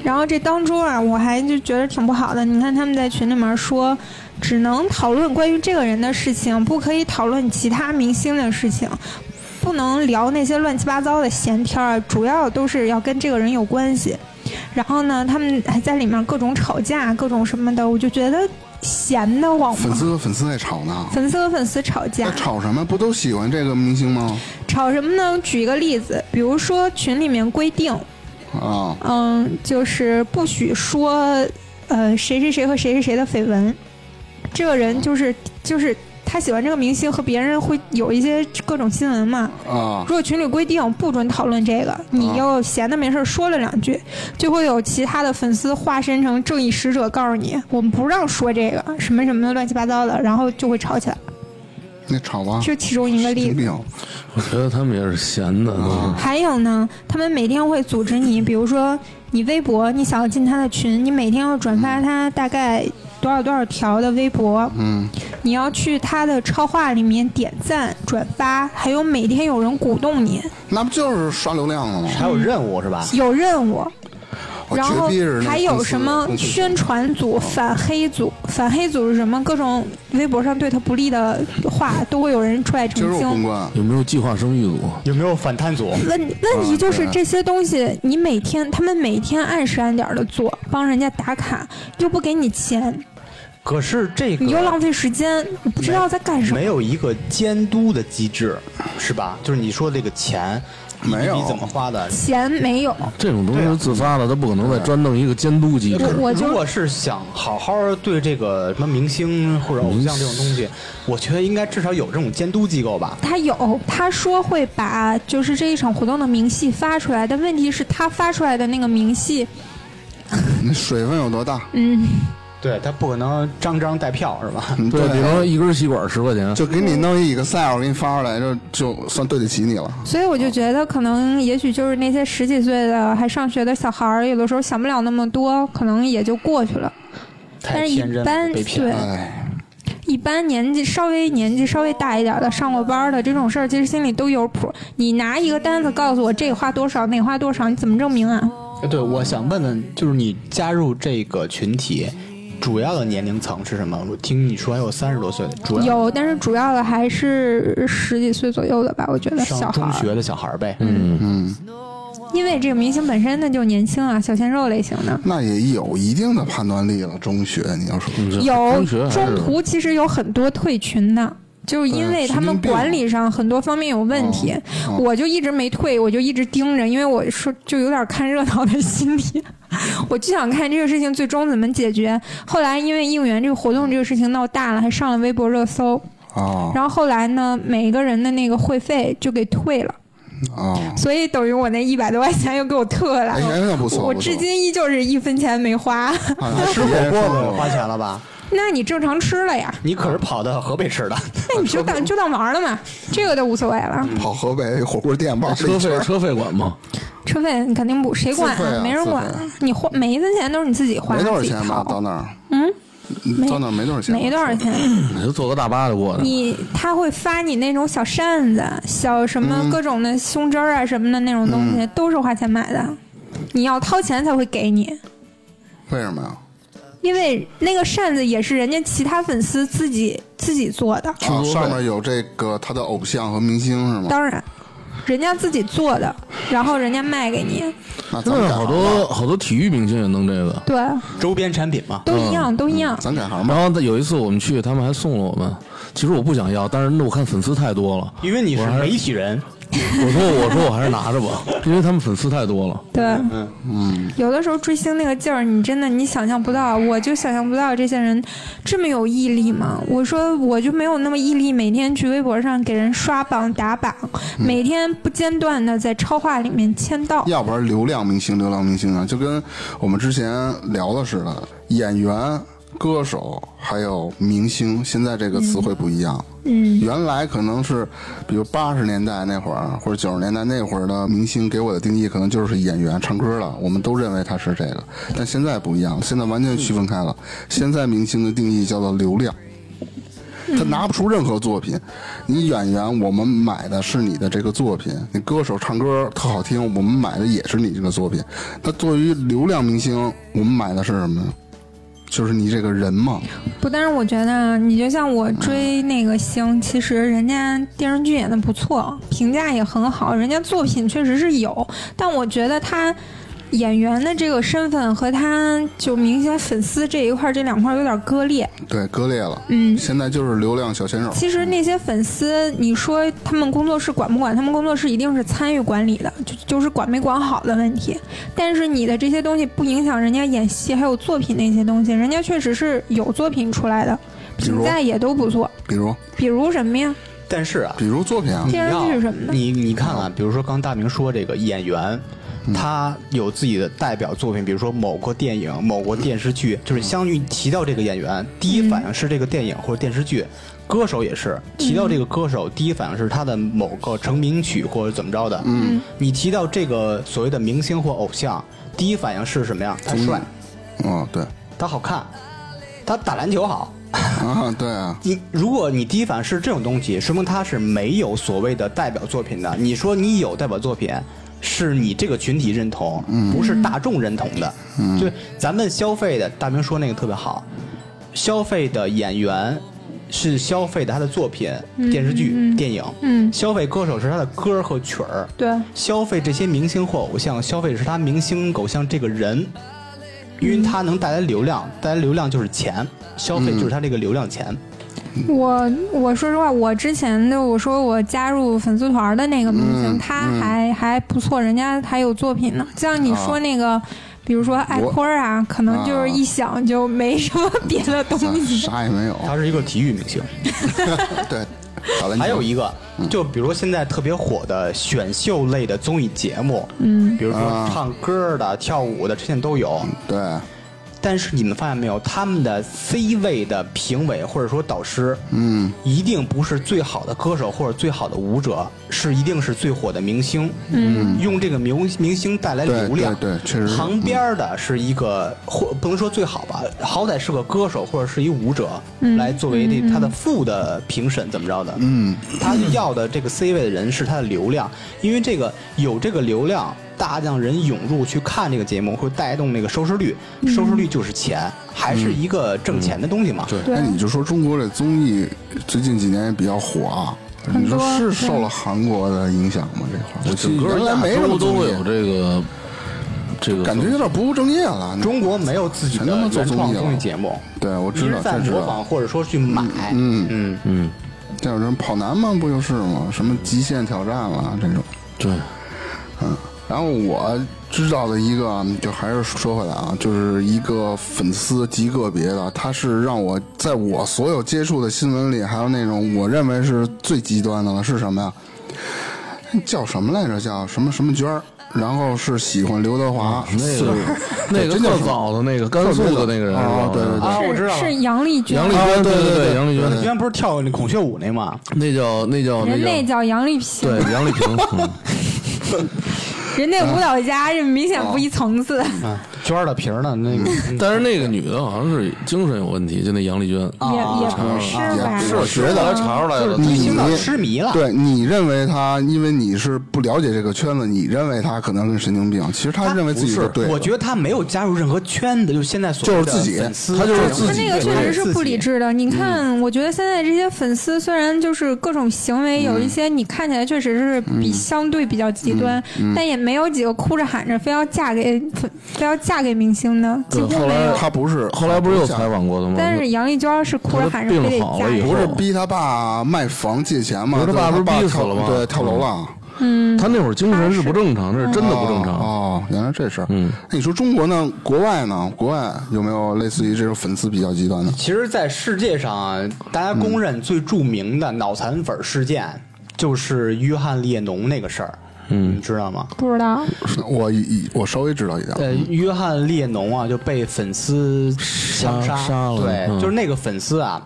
然后这当中啊，我还就觉得挺不好的。你看他们在群里面说，只能讨论关于这个人的事情，不可以讨论其他明星的事情。不能聊那些乱七八糟的闲天儿，主要都是要跟这个人有关系。然后呢，他们还在里面各种吵架，各种什么的，我就觉得闲得慌嘛。粉丝呃和粉丝在吵呢，粉丝和粉丝吵架在，吵什么？不都喜欢这个明星吗？吵什么呢？举一个例子，比如说群里面规定，啊，嗯，就是不许说，呃，谁谁谁和谁谁谁的绯闻。这个人就是就是他喜欢这个明星和别人会有一些各种新闻嘛。啊如果群里规定不准讨论这个，你又闲的没事儿说了两句，就会有其他的粉丝化身成正义使者，告诉你我们不让说这个什么什么的乱七八糟的，然后就会吵起来。那吵吧，这其中一个例神子。经病我觉得他们也是闲的，都是还有呢，他们每天会组织你，比如说你微博，你想要进他的群，你每天要转发他大概多少多少条的微博，嗯，你要去他的超话里面点赞、转发，还有每天有人鼓动你，那不就是刷流量了吗？还有任务是吧？有任务，我然绝后逼啊是那还有什么公司的宣传组、嗯反黑组、反黑组是什么？各种微博上对他不利的话都会有人出来澄就是清公。关，有没有计划生育组？有没有反贪组？问问题就是对这些东西，你每天他们每天按时按点的做，帮人家打卡，又不给你钱， 可是这你又个浪费时间，你不知道在干什么没。有一个监督的机制，是吧？就是你说这个钱，没有你怎么花的？钱没有，这种东西是自发的，他不可能再专弄一个监督机制。我 我如就果是想好好对这个什么明星或者偶像这种东西，我觉得应该至少有这种监督机构吧。他有他说会把就是这一场活动的明细发出来，但问题是他发出来的那个明细，那水分有多大？嗯，对他不可能张张带票是 吧？嗯对，比方说一根吸管十块钱，就给你弄一 Excel 给你发出来，就就算对得起你了。所以我就觉得可能也许就是那些十几岁的还上学的小孩儿，有的时候想不了那么多，可能也就过去了。但太是一天真般了，被骗对了。哎，一般年纪稍微年纪稍微大一点的，上过班的这种事儿，其实心里都有谱。你拿一个单子告诉我这花多少，那花多少，你怎么证明啊？对，我想问问，就是你加入这个群体，主要的年龄层是什么？我听你说还有三十多岁的，主要有，但是主要的还是十几岁左右的吧，我觉得小上孩中儿。学的小孩儿呗。嗯，嗯，因为这个明星本身他就年轻啊，小鲜肉类型的。那也有一定的判断力了。中学你要说，这有中学啊还中是途其实有很多退群的，就是因为他们管理上很多方面有问题，嗯我就一直没退，我就一直盯着，因为我说就有点看热闹的心理， 我就想看这个事情最终怎么解决。后来因为应援这个活动这个事情闹大了，还上了微博热搜，啊、啊然后后来呢，每一个人的那个会费就给退了， 啊！所以等于我那一百多块钱又给我退了。哎，那不错，我不错至今依旧是一分钱没花。 啊吃火锅了花钱了吧？那你正常吃了呀？你可是跑到河北吃 的， 啊那你就当就当玩儿了嘛，这个都无所谓了。跑河北火锅店吧，车费车费管吗？车费你肯定补，谁管自费啊没人管自费。你花每一分钱都是你自己花，没多少自己钱掏吧？到那儿，嗯，到那儿没多少钱吧，没多少钱。你就坐个大巴就过去了。 你他会发你那种小扇子、小什么嗯各种的胸针儿啊什么的那种东西，都是花钱买的。你要掏钱才会给你，为什么呀？因为那个扇子也是人家其他粉丝自己自己做的，啊，上面有这个他的偶像和明星是吗？当然。人家自己做的，然后人家卖给你，那咱现们在改好行吧，多好多体育明星也弄这个。对，周边产品嘛。都一嗯样，都一样。咱改行吧。然后有一次我们去，他们还送了我们。其实我不想要，但是我看粉丝太多了，因为你是媒体人，我说我说我还是拿着吧，因为他们粉丝太多了。对，嗯，有的时候追星那个劲儿，你真的你想象不到，我就想象不到这些人这么有毅力嘛。我说我就没有那么毅力，每天去微博上给人刷榜打榜，每天不间断的在超话里面签到。要不然流量明星，流量明星啊，就跟我们之前聊的似的，演员、歌手还有明星，现在这个词汇不一样。嗯，原来可能是，比如八十年代那会儿或者九十年代那会儿的明星，给我的定义可能就是演员、唱歌的，我们都认为他是这个。但现在不一样，现在完全区分开了。现在明星的定义叫做流量。他拿不出任何作品。你演员，我们买的是你的这个作品；你歌手唱歌特好听，我们买的也是你这个作品。那作为流量明星，我们买的是什么？就是你这个人嘛。不，但是我觉得啊你就像我追那个星，其实人家电视剧演的不错，评价也很好，人家作品确实是有，但我觉得他。演员的这个身份和他就明星粉丝这一块儿这两块儿有点割裂，对，割裂了。嗯，现在就是流量小鲜肉。其实那些粉丝，你说他们工作室管不管？他们工作室一定是参与管理的，就就是管没管好的问题。但是你的这些东西不影响人家演戏，还有作品那些东西，人家确实是有作品出来的，比如评价也都不错。比如，比如什么呀？ 但是啊，比如作品啊，电视剧什么的你你看啊，比如说刚大明说这个演员，他有自己的代表作品，比如说某个电影、某个电视剧，就是相遇提到这个演员，第一反应是这个电影或者电视剧。歌手也是提到这个歌手，第一反应是他的某个成名曲或者怎么着的。嗯，你提到这个所谓的明星或偶像，第一反应是什么呀？他帅，嗯，对他好看，他打篮球好。啊，对啊，你如果你第一反应是这种东西，说明他是没有所谓的代表作品的。你说你有代表作品，是你这个群体认同，嗯不是大众认同的。就咱们消费的，大明说那个特别好，消费的演员是消费的他的作品、电视剧、电影，嗯消费歌手是他的歌和曲儿，对，消费这些明星或偶像，消费的是他明星偶像这个人，嗯因为他能带来流量，带来流量就是钱，消费就是他这个流量钱。我我说实话，我之前的我说我加入粉丝团的那个明星，嗯他还、还不错，人家还有作品呢。像你说那个，比如说艾我坤儿啊，可能就是一想就没什么别的东咱西。啥也没有。他是一个体育明星。对，打篮球。还有一个，就比如现在特别火的选秀类的综艺节目，嗯，比如说啊唱歌的、跳舞的，这些都有。对，但是你们发现没有，他们的 C 位的评委或者说导师，嗯，一定不是最好的歌手或者最好的舞者，是一定是最火的明星，嗯，用这个明明星带来对流量，对对确实是旁边的是一个或不能说最好吧，好歹是个歌手或者是一舞者，嗯来作为这他的副的评审怎么着的，嗯，他要的这个 C 位的人是他的流量，因为这个有这个流量。大量人涌入去看这个节目，会带动那个收视率，嗯收视率就是钱，还是一个挣钱的东西嘛。对，那哎你就说中国这综艺最近几年也比较火啊，你说多是对受了韩国的影响吗？这块儿，我记整得个原来没什亚么洲都综会艺有这个这个感觉有点不务正业了。你中国没有自己的全他妈做原综创艺了综艺节目，对，我一知直道，在这知模道。仿或者说去买。嗯嗯，这有啊人跑男嘛，不就是吗？什么极限挑战了这种，对，嗯然后我知道的一个，啊就还是说回来啊，就是一个粉丝极个别的，他是让我在我所有接触的新闻里，还有那种我认为是最极端的了，是什么呀？叫什么来着？叫什么什么娟儿？然后是喜欢刘德华，啊那四个那个真的特是早的那个甘肃的那个人是吧哦？对对对啊，我知道了是，杨丽啊娟杨，丽娟，对对对，对杨丽原娟，来不是跳那孔雀舞那吗？那叫那叫人那那叫叫杨丽萍，对杨丽萍，嗯人那舞蹈家是明显不一层次。嗯啊，娟儿的皮儿呢？那个 但是那个女的好像是精神有问题，就那杨丽娟。啊也也不是啊也啊吧，是我觉后来啊查出来了，你听到痴 迷了。对你认为他，因为你是不了解这个圈子，你认为他可能是神经病，其实他认为自己不是对的。我觉得他没有加入任何圈子，就是现在所谓的就是自己粉丝，他就是自他己嗯那个确实是不理。智的。你看，我觉得现在这些粉丝虽然就是各种行为有一嗯些你看起来确实是比相对比较极端，嗯但也没有几个哭着喊着非要嫁给非要嫁给明星的，几对乎后没来有。他不是，后来不是又采访过他吗？但是杨丽娟是哭着喊着非得病好嫁了以人，后不是逼他爸卖房借钱吗？不是他爸就不是逼死跳了吗对，跳楼了，嗯他那会儿精神是不正常，这是真的不正常。哦。哦原来这事儿。嗯，那你说中国呢？国外呢？国外有没有类似于这种粉丝比较极端的？其实，在世界上啊，大家公认最著名的脑残粉事件，就是约翰列侬那个事儿，嗯，你知道吗？不知道我一我稍微知道一点。呃，约翰列侬啊就被粉丝枪杀，杀了对，嗯，就是那个粉丝啊，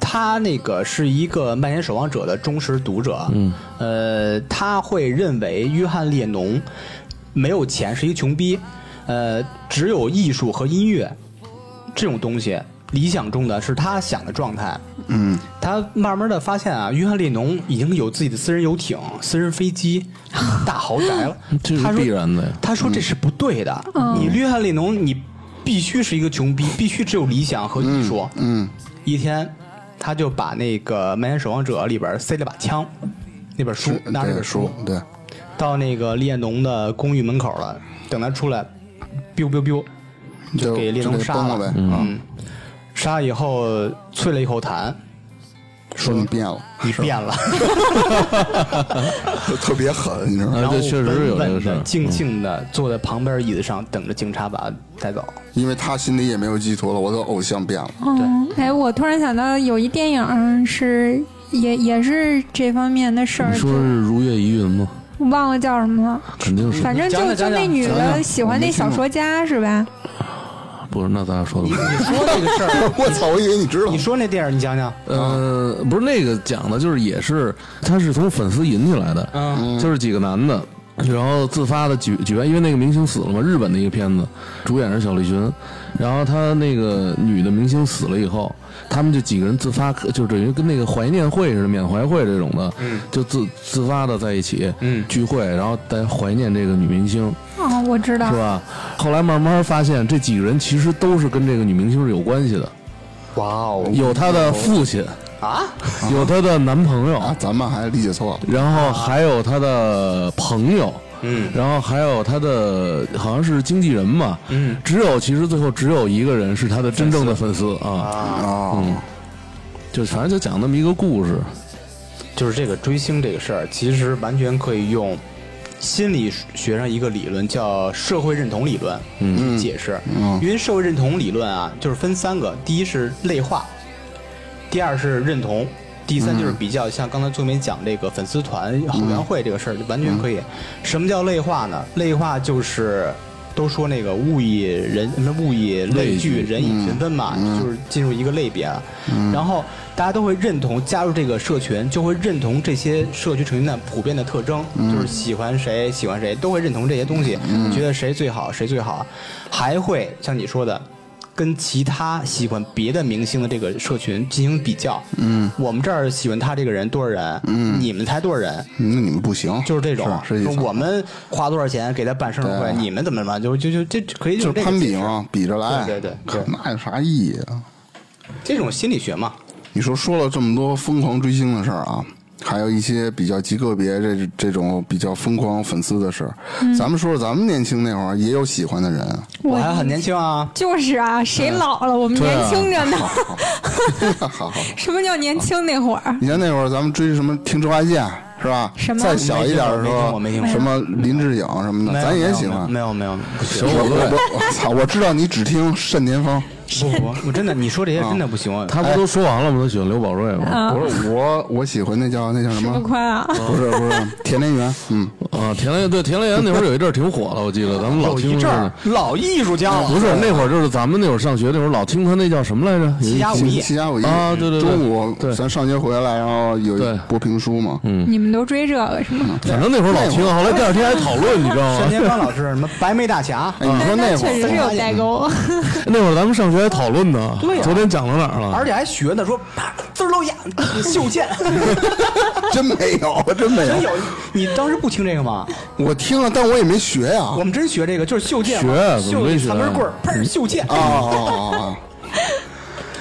他那个是一个《漫天守望者》的忠实读者，嗯，呃，他会认为约翰列侬没有钱是一穷逼，呃，只有艺术和音乐这种东西，理想中的是他想的状态，嗯，他慢慢的发现啊，约翰列侬已经有自己的私人游艇、私人飞 机、大豪宅了这是他说必然的呀他说这是不对的，嗯你约翰列侬，你必须是一个穷逼，必须只有理想和艺术。嗯，一天，他就把那个《漫天守望者》里边塞了把枪，那本书是拿着对本书书，对，到那个列侬的公寓门口了，等他出来，biu biu biu，就给列就侬给杀崩了呗。啊，嗯，杀了以后啐了一口痰，说你 变了， 你变 了。特别狠，你知道吗？哎然后对，确实是有这个稳稳事儿嗯地。静静的坐在旁边椅子上，等着警察把他带走。因为他心里也没有寄托了，我的偶像变了。嗯，哎，我突然想到有一电影是也也是这方面的事儿你，说是如月疑云吗？就忘了叫什么了。肯定是反正讲就讲就那讲女讲讲的喜欢那小说家是吧？不是？那咱俩说的不一样。你说这个事 儿，我操！我以为你知道你。说那电影，你讲讲。呃，不是那个讲的，就是也是，他是从粉丝引起来的，嗯就是几个男的，然后自发的举举办，因为那个明星死了嘛，日本的一个片子，主演是小栗旬，然后他那个女的明星死了以后，他们就几个人自发，就等于跟那个怀念会似的，缅怀会这种的，就自自发的在一起，嗯聚会，然后在怀念这个女明星，哦，我知道是。吧？后来慢慢发现，这几个人其实都是跟这个女明星是有关系的，哇哦有她的父亲，啊！有她的男朋友。啊，咱们还理解错了。然后还有他的朋友，嗯然后还有他的好像是经纪人嘛，嗯，只有其实最后只有一个人是他的真正的粉丝啊，啊，嗯就反正就讲那么一个故事，就是这个追星这个事儿，其实完全可以用心理学上一个理论叫社会认同理论去解释。因为社会认同理论啊，就是分三个：第一是类化，第二是认同，第三就是比较。像刚才宗明讲这个粉丝团后援会这个事儿，就完全可以。什么叫类化呢？类化就是。都说那个物以人什么物以类聚，人以群分嘛，嗯就是进入一个类别啊。然后大家都会认同加入这个社群，就会认同这些社区成员的普遍的特征，嗯就是喜欢谁喜欢谁，都会认同这些东西，觉得谁最好谁最好，还会像你说的。跟其他喜欢别的明星的这个社群进行比较，嗯，我们这儿喜欢他这个人多少人，嗯，你们才多少人，嗯那你们不行，就是这种，是是意思说我们花多少钱给他办生日会，对你们怎么怎么，就就就这这可以就是这个攀解比释嘛，比着来，对对对可那有啥意义啊？这种心理学嘛，你说说了这么多疯狂追星的事儿啊，还有一些比较极个别这这种比较疯狂粉丝的事儿，嗯咱们说说咱们年轻那会儿也有喜欢的 人，我还很年轻啊，就是啊，谁嗯老了，我们对年啊轻着呢。好好， 什么叫年轻那会儿？嗯你看那会儿咱们追什么听周华健是吧？什么再小一点的时候，没听过没听过没听过什么林志颖什么的，咱也喜欢。没有没有，没有不行我我我操！我知道你只听单田芳，不嗯不，我真的你说这些真的不行。他不都说完了吗？他喜欢刘宝瑞吗？不是我我喜欢那叫那叫什这么么？快啊？不是不是田连元，嗯，啊，田雷对田雷那会儿有一阵儿挺火的，我记得咱们老听这说儿呢。老艺术家了，不是那会儿，就是咱们那会儿上学那会儿，老听他那叫什么来着？齐家武七艺，七侠五义啊对对对中午对咱上学回来，然后有对一播评书嘛，嗯，你们都追这个是吗？反正那会儿老听，后来第二天还讨论，你知道 单吗？田芳老师什么白眉大侠，嗯哎，你说那会确实是有儿，代沟。那会儿咱们上学还讨论呢。对呀昨天讲到哪儿了？而且还学呢，说啪滋儿漏眼，秀剑， 真没有，真没真有，有。你当时不听这个吗？我听了，但我也没学呀，我们真学这个，就是秀剑，学怎秀么没一学长根棍儿，砰，秀剑啊。啊啊！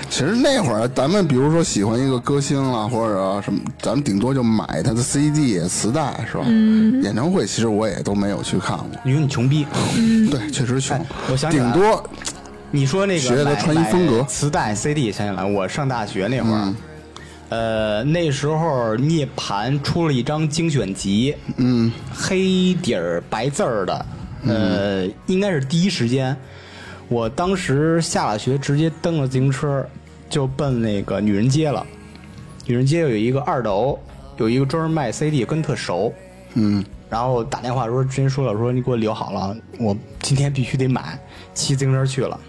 其实那会儿，咱们比如说喜欢一个歌星啦，或者什么，咱们顶多就买他的 CD、磁带，是吧？嗯。演唱会其实我也都没有去看过，你说你穷逼，对，确实哎穷。我想起来顶了多你说那个学的买穿衣风格嗯买磁带、CD，想起来我上大学那会儿，呃，那时候涅槃出了一张精选集，嗯，黑底儿白字儿的，嗯呃，应该是第一时间，我当时下了学直接蹬了自行车就奔那个女人街了，女人街有一个二楼有一个专门卖 CD，跟特熟，嗯，然后打电话说，之前说了，说你给我留好了，我今天必须得买。骑自行车去了，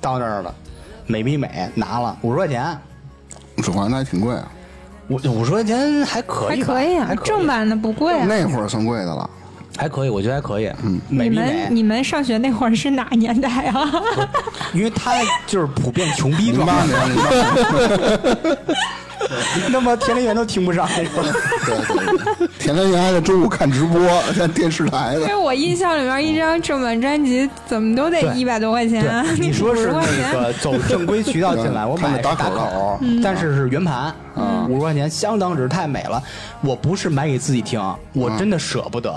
到那儿了，美必美拿了五十块钱，手环还挺贵啊，五五十块钱还可还以吧，可以啊还，可以正版的不贵啊。那会儿算贵的了。还可以，我觉得还可以。嗯，美你必们美，你们上学那会儿是哪年代 啊？因为他就是普遍穷逼零状八年，态，零八年，那么田连元都听 不上。哎对对对。田连元还在中午看直播，在电视台因的为。我印象里面一张正版专辑怎么都得对一百多块钱啊，对，你说是50块那钱个走正规渠道进来，我他买们嗯是打打口的口，但是是圆盘，五十块钱相当值，太美了。我不是买给自己听，我真的舍不得，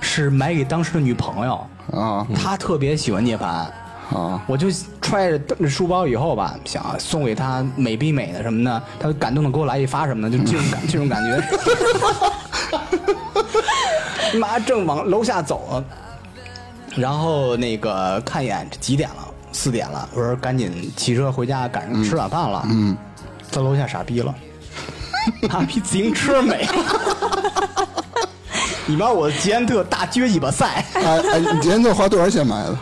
是买给当时的女朋友，啊她特别喜欢涅槃。啊！我就揣着书包以后吧，想啊送给她美必美的什么的，她感动的给我来一发什么的，就这种感这种感觉。 妈，正往楼下走啊，然后那个看一眼这几点了，四点了，我说赶紧骑车回家，赶上吃晚饭了。嗯，在楼下傻逼了，妈逼自行车没了。你妈我捷安特大撅尾巴赛，哎哎，你今天这花多少钱买的？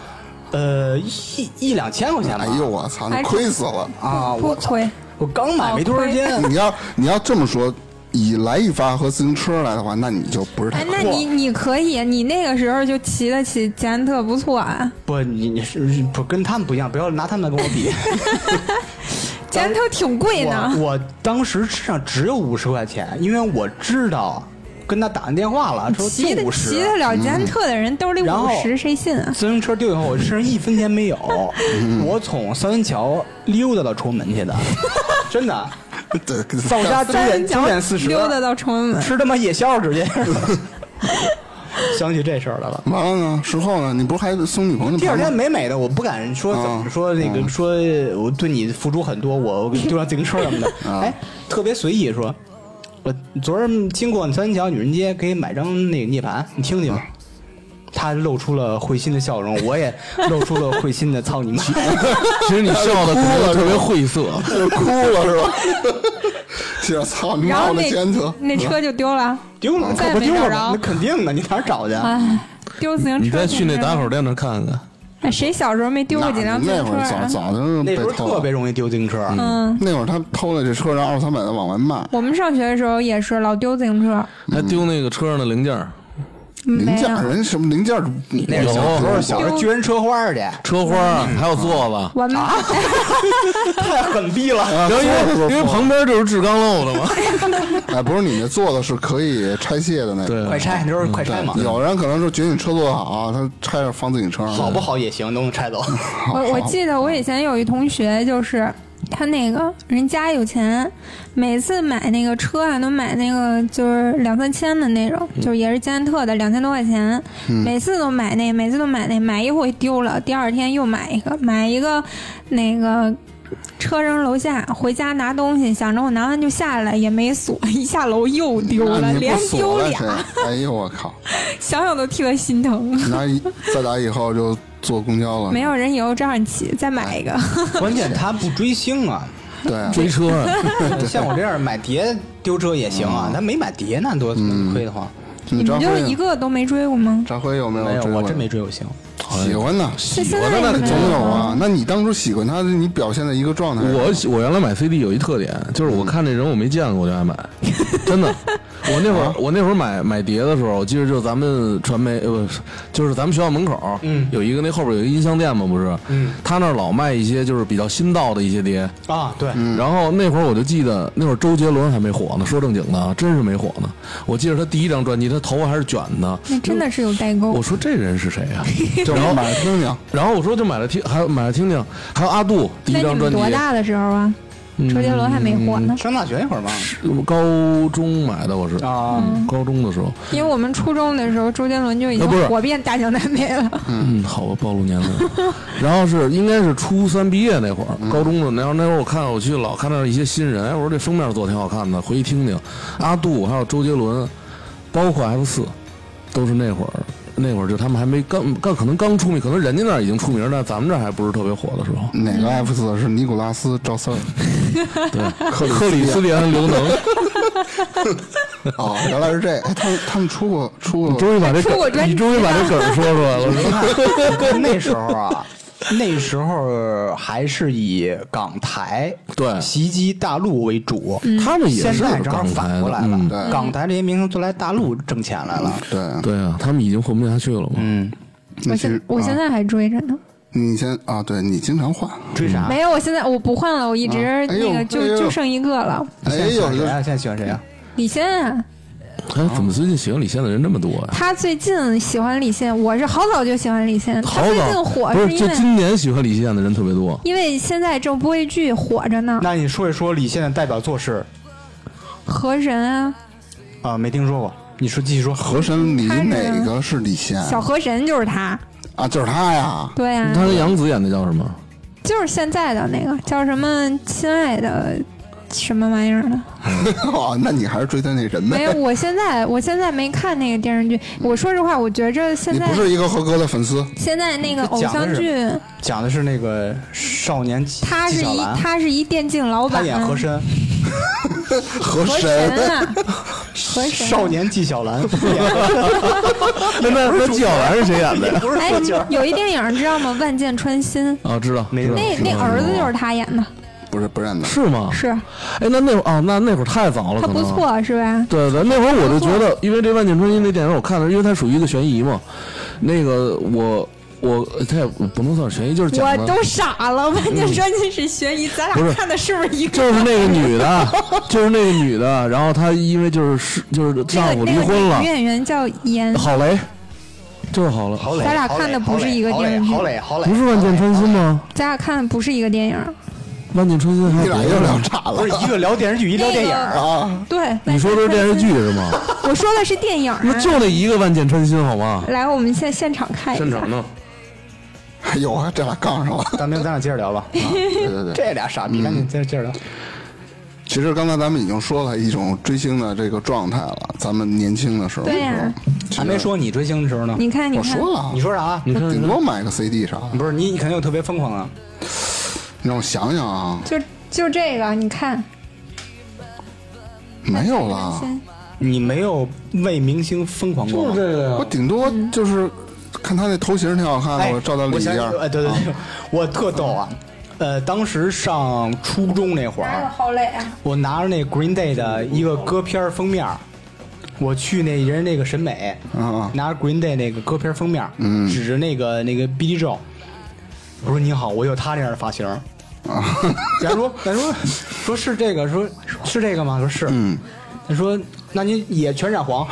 呃，一一两千块钱吧。哎呦我操，你亏死了！啊，不我亏。我刚买没多长时间，你要你要这么说，以来一发和自行车来的话，那你就不是太哎，那你你可以，啊你那个时候就骑得起捷安特，不错啊。不，你你是是不跟他们不一样，不要拿他们来跟我 比。捷安特挺贵我呢，我当时身上只有五十块钱，因为我知道跟他打完电话了，说骑就得五骑十。得了捷安特的人兜里然后五十，谁信啊？自行车丢以后，我身上一分钱没有，我从三元桥溜达到崇文门去的，真的。对，到家九三点角九点四十，溜达到崇文门，吃他妈夜宵直接。想起这事儿来了。完了嗯呢，事后呢，你不是还送女朋友 第二盘天吗？美美的，我不敢说怎么说那个说我对你付出很多，我丢辆自行车什么的，哎，特别随意说，我昨儿经过三桥女人街，可以买张那个涅槃，你听听吧。他露出了会心的笑容，我也露出了会心的操你妈！其实你笑 的可能特别晦涩，哭了是吧？是啊，操你然妈！后我的那监测，那车就丢 了，丢了，再也可不没丢找了着吧，那肯定的，你哪儿找去？啊哎，丢自行车。 你再去那打口店那儿看看。哎，谁小时候没丢过几辆自那行会车儿早啊？早就那被时候偷特别了。容易丢自行车，嗯，那会儿他偷了这车，然后二三百的往外卖，我们上学的时候也是老丢自行车，还丢那个车上的零件儿、零没件有儿人什么零件儿，那哎是小时候小时候撅人车花儿去，车花儿嗯啊，还有座子。我啊们太狠逼了。嗯然后因为因为旁边就是制钢漏的嘛， 哎，不是你那做的是可以拆卸的那个。对快拆，那时候快拆嘛，有人可能是觉得你车做的好，他拆着放自行车上。好不好也行，都能拆走。哦我我记得我以前有一同学，就是他那个人家有钱，每次买那个车啊，都买那个就是两三千的那嗯种，就是也是捷安特的，两千多块钱，每次都买那，每次都买那，买一回丢了，第二天又买一个，买一个那个。车扔楼下，回家拿东西，想着我拿完就下来，也没锁，一下楼又丢了，那你连不锁丢了俩，谁？哎呦我靠！想想都替他心 疼。那一再打以后就坐公交了，没有人以后照样起，再买一哎个。关键他不追星啊，对啊，追车啊，像我这样买碟丢车也行啊，他没买碟那多亏得慌。 你们张就辉一个都没追过吗？张辉有没有没有，追过嗯我真没追过星。喜欢呢，这喜现在欢也那没总有了啊。那你当初喜欢他，你表现的一个状态是什么，我我原来买 CD 有一特点，就是我看这人我没见过我就爱买，真 的。我那会儿我那会儿买买碟的时候，我记得就咱们传媒呃不是，就是咱们学校门口，嗯，有一个那后边有一个音像店嘛，不是，嗯，他那儿老卖一些就是比较新到的一些碟，啊，对，然后那会儿我就记得那会儿周杰伦还没火呢，说正经的啊，真是没火呢。我记得他第一张专辑，他头发还是卷的，那真的是有代沟我。说这人是谁呀、就我买了听听， 然后我说就买了听，还有买了听听，还有阿杜第那你一张们专辑，多嗯大的时候啊？周杰伦还没火呢，上大学那会儿嘛。高中买的我是啊，嗯高中的时候，因为我们初中的时候，周杰伦就已嗯呃不是经火遍大江南北了。 嗯，好吧，暴露年龄。 然后是应该是初三毕业那会嗯儿，高中的，然后那会儿我看我去老看到一些新人，哎，我说这封面做得挺好看的，回去听听。嗯阿杜还有周杰伦，包括 F 四，都是那会儿，那会儿就他们还没刚刚可能刚出名，可能人家那儿已经出名，但咱们这儿还不是特别火的时候。哪个 F 四是尼古拉斯赵四儿？ 对，嗯克克里斯蒂安刘能，哦，原来是这，哎，他们他们出过出过你终于把这出过专梗，辑啊你终于把这梗说出来了。是吧 那时候啊，那时候还是以港台对袭击大陆为主，他们也嗯现是在正好港台反过的来了，嗯对港台这些明星都来大陆挣钱来了。对，对啊，他们已经混不下去了嘛。嗯，那我其实现啊我现在还追着呢，你先啊，对你经常换，追啊啥？没有，我现在我不换了，我一啊直哎呦那个哎就呦就剩一个了。现哎在喜呦欢，谁啊？现在喜欢谁啊？李现啊，哎，怎么最近喜欢李现的人这么多呀、他最近喜欢李现，我是好早就喜欢李现，他好最早近火不是因就为今年喜欢李现的人特别多。因为现在正播一剧火着呢，那你说一说李现的代表作是？河神啊，啊，没听说过。你说继续说。河神里他是哪个是李现小河神就是他，啊？就是他呀， 对啊，他跟杨紫演的叫什么？就是现在的那个叫什么亲爱的。什么玩意儿的？哦，那你还是追他那 人没呗有，。我现在我现在没看那个电视剧。我说实话，我觉着现你在不是一个合格的粉丝，现在那个偶讲的像是剧，讲的是那个少年纪他纪是晓一岚，他是嗯一电竞老他板，演和珅，河河神神啊，河 神少年纪 晓岚。演那那那纪晓岚是谁演的呀？不是哎主角，，有一电影知道吗？《万箭穿心》，啊，知道，没知道哦那那儿子就是他演的，不是不认得，是吗？是哎，那那会儿啊，那那会儿太早了，他可不能。错，是吧？对对，那会儿我就觉得，因为这《万箭穿心》那电影我看的，因为它属于一个悬疑嘛。那个我我它也不能算悬疑，就是讲我的都傻了，《万箭穿心》是悬疑，咱不是俩看的是不是一个？就是那个 女的，就是那个女的，然后她因为就是是就是 丈那夫个离那婚个了女，演员叫严，郝蕾，就是郝蕾，磊咱俩看的不是一个电视剧好磊，好磊，不是《万箭穿心》吗？咱俩看的不是一个电影。 《万箭穿心》还你有俩别又的聊吗岔好磊，不了是一个聊电视剧，一聊电影那儿个啊！对，你说的是电视剧是 吗？ 我说的是电影啊。那就那一个万箭穿心，好吗？ 来，我们现现场看一下。弄。哎呦，这俩杠上了。 大明，咱俩接着聊吧。对对对，这俩傻逼，赶紧接着接着聊。嗯其实刚才咱们已经说了一种追星的这个状态了，咱们年轻的时候，对呀还没，说你追星的时候呢。你看，你我看，说了，啊你说啥？啊你看，顶多买个 CD 啥的。不是你，你肯定有特别疯狂啊的。你让我想想啊，就就这个，你看，没有啦，先你没有为明星疯狂过吗？个我顶多嗯就是看他那头型挺好看哎的，我照他我理一想起下。哎，对对对，我特逗啊。呃，当时上初中那会哪有儿，郝蕾啊？我拿着那 Green Day 的一个歌片儿封面儿，我去那人那个审美，啊拿着 Green Day 那个歌片儿封面儿，指着那个那个 Billy Joe，我说你好，我有他这样的发型。啊 然后说，他说说是这个，说是这个吗？说是。嗯。他说：“那你也全染黄？”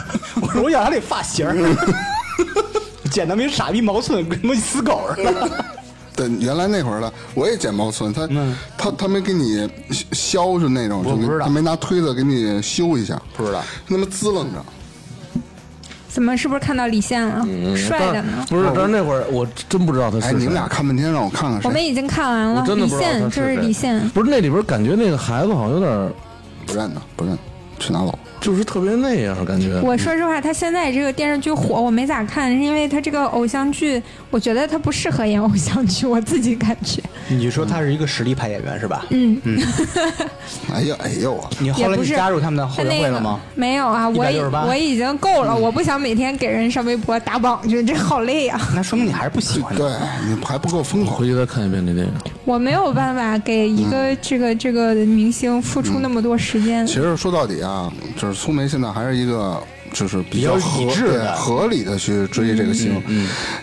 我说：“我要他那发型儿， 剪他妈傻逼毛寸，跟他妈死狗似的。对，原来那会儿的我也剪毛寸，他嗯他他没给你削就那种，我就给不知道他没拿推子给你修一下，不知道那么滋楞着。怎么是不是看到李现了？嗯帅的呢但。不是，但是那会儿我真不知道他是哎，谁。你们俩看半天，让我看看我们谁已经看完我了，真的李不知道现他就是谁李现，不是那里边感觉那个孩子好像有点，不认呢？不认，去哪老？就是特别那样感觉。我说实话，他现在这个电视剧火，我没咋看，是因为他这个偶像剧，我觉得他不适合演偶像剧， 我自己感觉。你说他是一个实力派演员是吧？哎呀，哎呦啊！你后来嗯也不你是加入他们的他后援那会个了吗？没有啊，我已168我已经够了，我不想每天给人上微博打榜去，这好累啊！那说明你还是不喜欢他。对你还不够疯狂回，去再看一遍这电影。我没有办法给一嗯个这个这个明星付出那么多时间其。实说到底啊，就是苏梅现在还是一个就是比较比较合理智的对合理的去追这个星。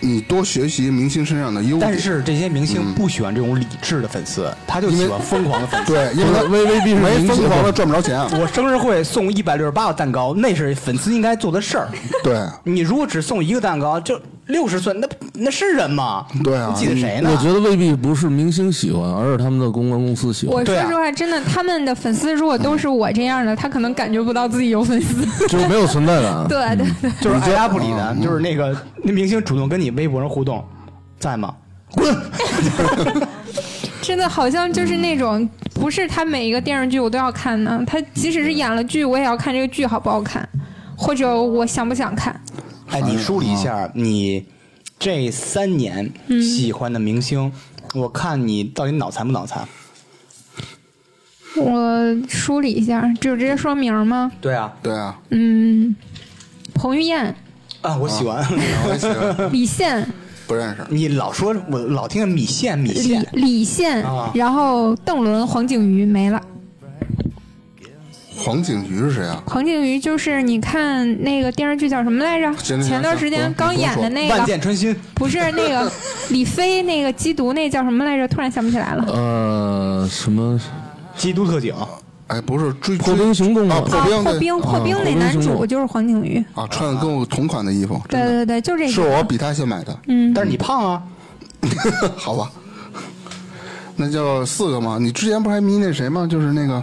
你多学习明星身上的优点，但是这些明星不喜欢这种理智的粉丝，他就喜欢疯狂的粉丝。对，因为他不是 VVD 是没明星疯狂的赚不着钱。啊我生日会送一百六十八个蛋糕，那是粉丝应该做的事儿。对你如果只送一个蛋糕，就六十岁，那那是人吗？对啊你记得谁呢？我觉得未必不是明星喜欢，而是他们的公关公司喜我欢。说对啊实话，真的，他们的粉丝如果都是我这样的，他可能感觉不到自己有粉 丝。就是没有存在 感。对对对，就是爱答不理的，嗯就是那个那明星主动跟你微博上互动，在吗？真的好像就是那种，不是他每一个电视剧我都要看呢，他即使是演了剧，我也要看这个剧好不好看，或者我想不想看。哎，啊你梳理一下你这三年喜欢的明星，我看你到底脑残不脑残？我梳理一下，就直接说名儿吗？对啊，对啊，嗯，彭于晏、啊，我喜欢。我也喜欢李现、不认识。你老说，我老听见米线米李线，李现啊，然后邓伦、黄景瑜没了。黄景瑜是谁啊？黄景瑜就是你看那个电视剧叫什么来着？行行前段行时间不刚不演说的那万个，箭穿心。不是那个李飞那个缉毒那叫什么来着？突然想不起来了。呃，什么缉毒特警，哎，不是追破冰行动啊，吗？破啊冰破冰，对破冰那破冰男兄主弟就是黄景瑜。啊，穿的跟我同款的衣服，对对对，就这是个。我比他先买的，嗯但是你胖啊， 好吧？那就四个嘛。你之前不还迷那谁吗？就是那个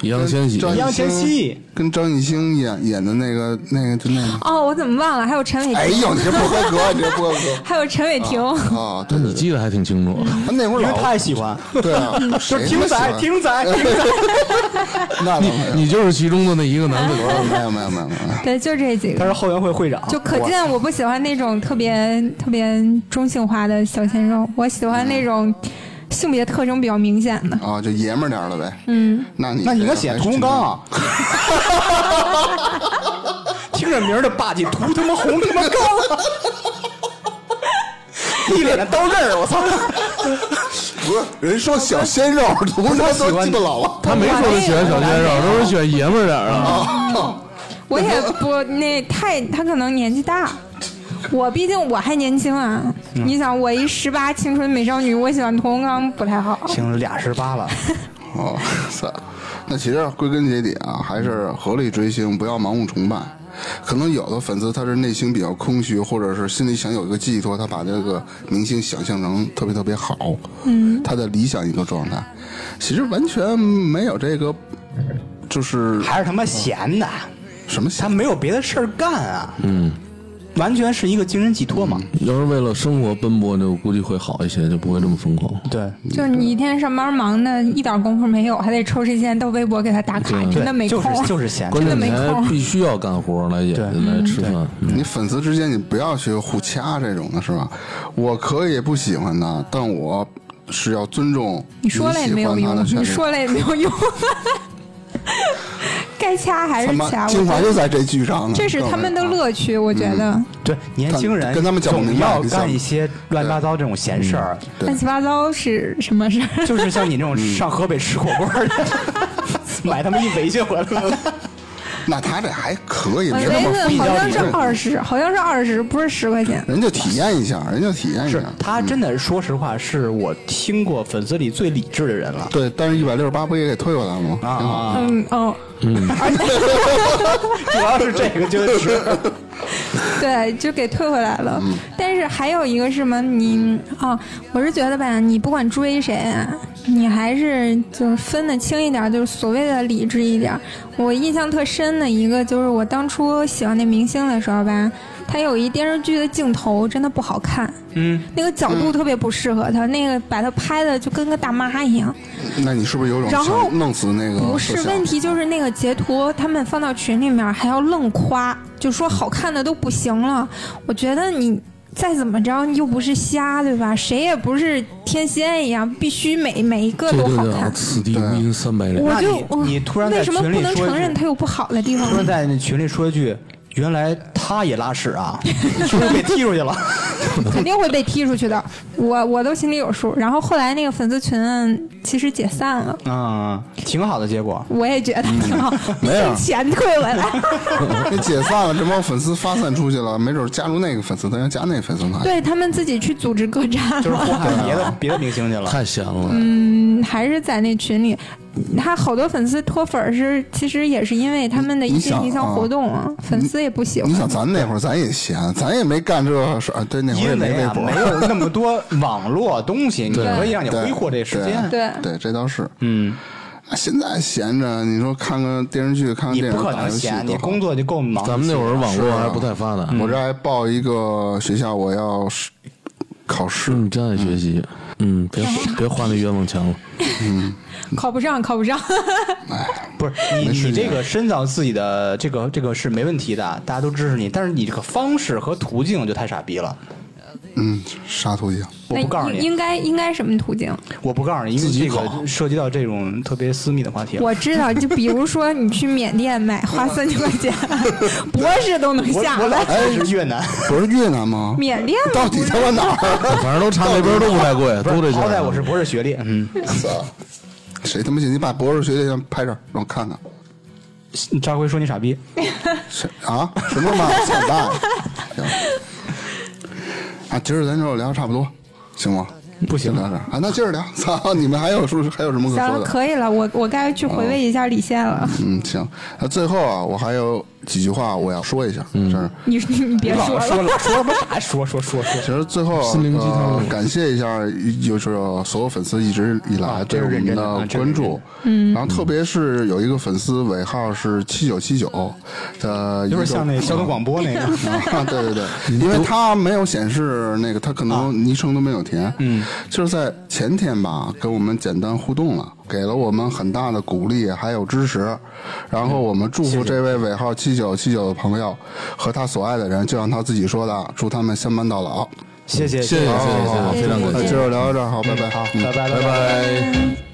易烊千玺。张易烊艺千玺兴跟张艺兴演演的那个那个就那个。哦，我怎么忘了？还有陈伟哎霆，呦，你这不合格，你这不合格还有陈伟霆。啊！对那，你记得还挺清 楚，他那会儿因为老太喜欢。对啊， 就谁是听他妈喜仔，欢听仔，听仔。 那倒没有你就是其中的那一个男主角。没有没有没有没有。对，就这几他个。是后援会会长，就可见我不喜欢那种特别特别中性化的小鲜肉，我喜欢那种性别特征比较明显的。啊，就爷们儿点儿了呗。嗯，那你那你应该写屠洪刚啊， 啊。听着名儿就霸气，屠他妈红他妈刚，一脸的刀刃儿，我操！不是人说小鲜 肉，屠他妈都鸡巴老了。他没说他喜欢小鲜肉，他说喜欢爷们儿点儿啊。我 也不那太，他可能年纪大。我毕竟我还年轻啊，你想我一十八青春美少女，我喜欢屠洪刚不太好。行，俩十八了，哦，操！那其实归根结底啊，还是合理追星，不要盲目崇拜。可能有的粉丝他是内心比较空虚，或者是心里想有一个寄托，他把这个明星想象成特别特别好，嗯，他的理想一个状态，其实完全没有这个，就是还是他妈闲的，什么他想没有别的事儿干啊。嗯，完全是一个精神寄托嘛。要是为了生活奔波，就估计会好一些，就不会这么疯狂。对，就是你一天上班忙的，一点功夫没有，还得抽时间到微博给他打卡，真的没就空是。就是闲着。关键你真的没还空必须要干活来演对来吃饭。嗯你粉丝之间你不要去互掐这种的是吧？我可以不喜欢他，但我是要尊重你说了也没有喜用欢他的，权利你说了也没有用， 该掐还他是妈掐。精华我觉就得在这句上呢，这是他啊们的乐趣，我觉得对，年轻人跟他们讲总明白要就行干一些乱七八糟这种闲事儿，对嗯乱七八糟是什么事 儿？就是像你这种上河北吃火锅儿的，买他们一围裙回来。嗯那他这还可以，我没觉那么得不一好像是样。二十，好像是二十，不是十块钱。人家体验一下，人家体验一是下。他真的，说实话，是我听过粉丝里最理智的人了。对，但是一百六十八不也给退回来了吗？挺好。 啊，嗯哦， 主要是这个就是 对，就给退回来了。但是还有一个是什么？你哦，我是觉得吧，你不管追谁啊，你还是就是分得清一点，就是所谓的理智一点。我印象特深的一个就是我当初喜欢那明星的时候吧，他有一电视剧的镜头真的不好看，嗯，那个角度特别不适合他，那个把他拍的就跟个大妈一样。那你是不是有种然后想弄死那个不摄是像问题，就是那个截图，他们放到群里面还要愣夸，就说好看的都不行了。我觉得你再怎么着，你又不是瞎，对吧？谁也不是天仙一样，必须每每一个对都对好对，看。此地无银三百两。我就那你我你突然在为什么群里不能说一承认句他有不好的地方突然呢？在那群里说一句：“原来他也拉屎啊！” 是不是被踢出去 了？肯定会被踢出去的，我我都心里有数。然后后来那个粉丝群其实解散了。嗯， 挺好的结果。我也觉得挺好，毕没有竟钱退回来。 那哎解散了，这帮粉丝发散出去了，没准加入那个粉丝团，加那个粉丝团。对他们自己去组织各站 就是了。祸害别的别的明星去了，太闲了，嗯，还是在那群里，他好多粉丝脱粉儿是，其实也是因为他们的一你些想营销活动啊，粉丝也不喜欢你。想咱那会儿咱也闲，咱也没干这事儿，对，那会儿也因没为微啊博没，有那么多网络东西，你可以让你对挥霍这时间。对对，这倒是。嗯，那现在闲着，你说看个电视剧，看个你电影，不可打能游戏闲，多你好工作就够忙。咱们那会儿网是络啊还不太发达，我这还报一个学校，我要是考试，嗯，真爱学习，嗯，别别花那冤枉钱了。考不上，考不上。不是你没时你间这个深造自己的这个这个是没问题的，大家都支持你，但是你这个方式和途径就太傻逼了。嗯，啥途径？我不告诉那你， 应该应该什么途径？我不告诉你，因为这个涉及到这种特别私密的话题了。我知道，就比如说你去缅甸买，花三千块钱，博士都能我 下我老来。是 越南，不是越南吗？缅甸吗到底他妈哪儿？啊反正都差那边都不太贵，都这价。好歹我是博士学历，嗯，谁他妈信？你把博士学历先拍这儿，让我看看。张嗯辉说你傻逼，谁啊？什么嘛？操蛋！ 行啊，今儿咱就聊差不多，行吗？不行就聊这儿啊，那接着聊。 操，你们还有说还有什么可行说了，的？可以了，我我该去回味一下李现了。嗯，行。那最后啊，我还有几句话我要说一下，嗯就是你你别说了，了说什么啥说说说说其实最后心灵鸡汤呃，感谢一下，就是所有粉丝一直以来啊这对是我认真们的啊的这是关认真注，嗯，然后特别是有一个粉丝尾号是七九七九呃的一个，就是像那交通广播那个， 啊，对对对，因为他没有显示那个，他可啊能昵称都没有填。嗯，就是在前天吧，跟我们简单互动了，给了我们很大的鼓励还有支持。然后我们祝福这位尾号七九七九的朋友和他所爱的人，就像他自己说的，祝他们相伴到老。谢谢谢谢谢谢，谢谢非常感那谢今。儿就聊到这儿，好，拜拜，好，嗯拜拜拜拜。嗯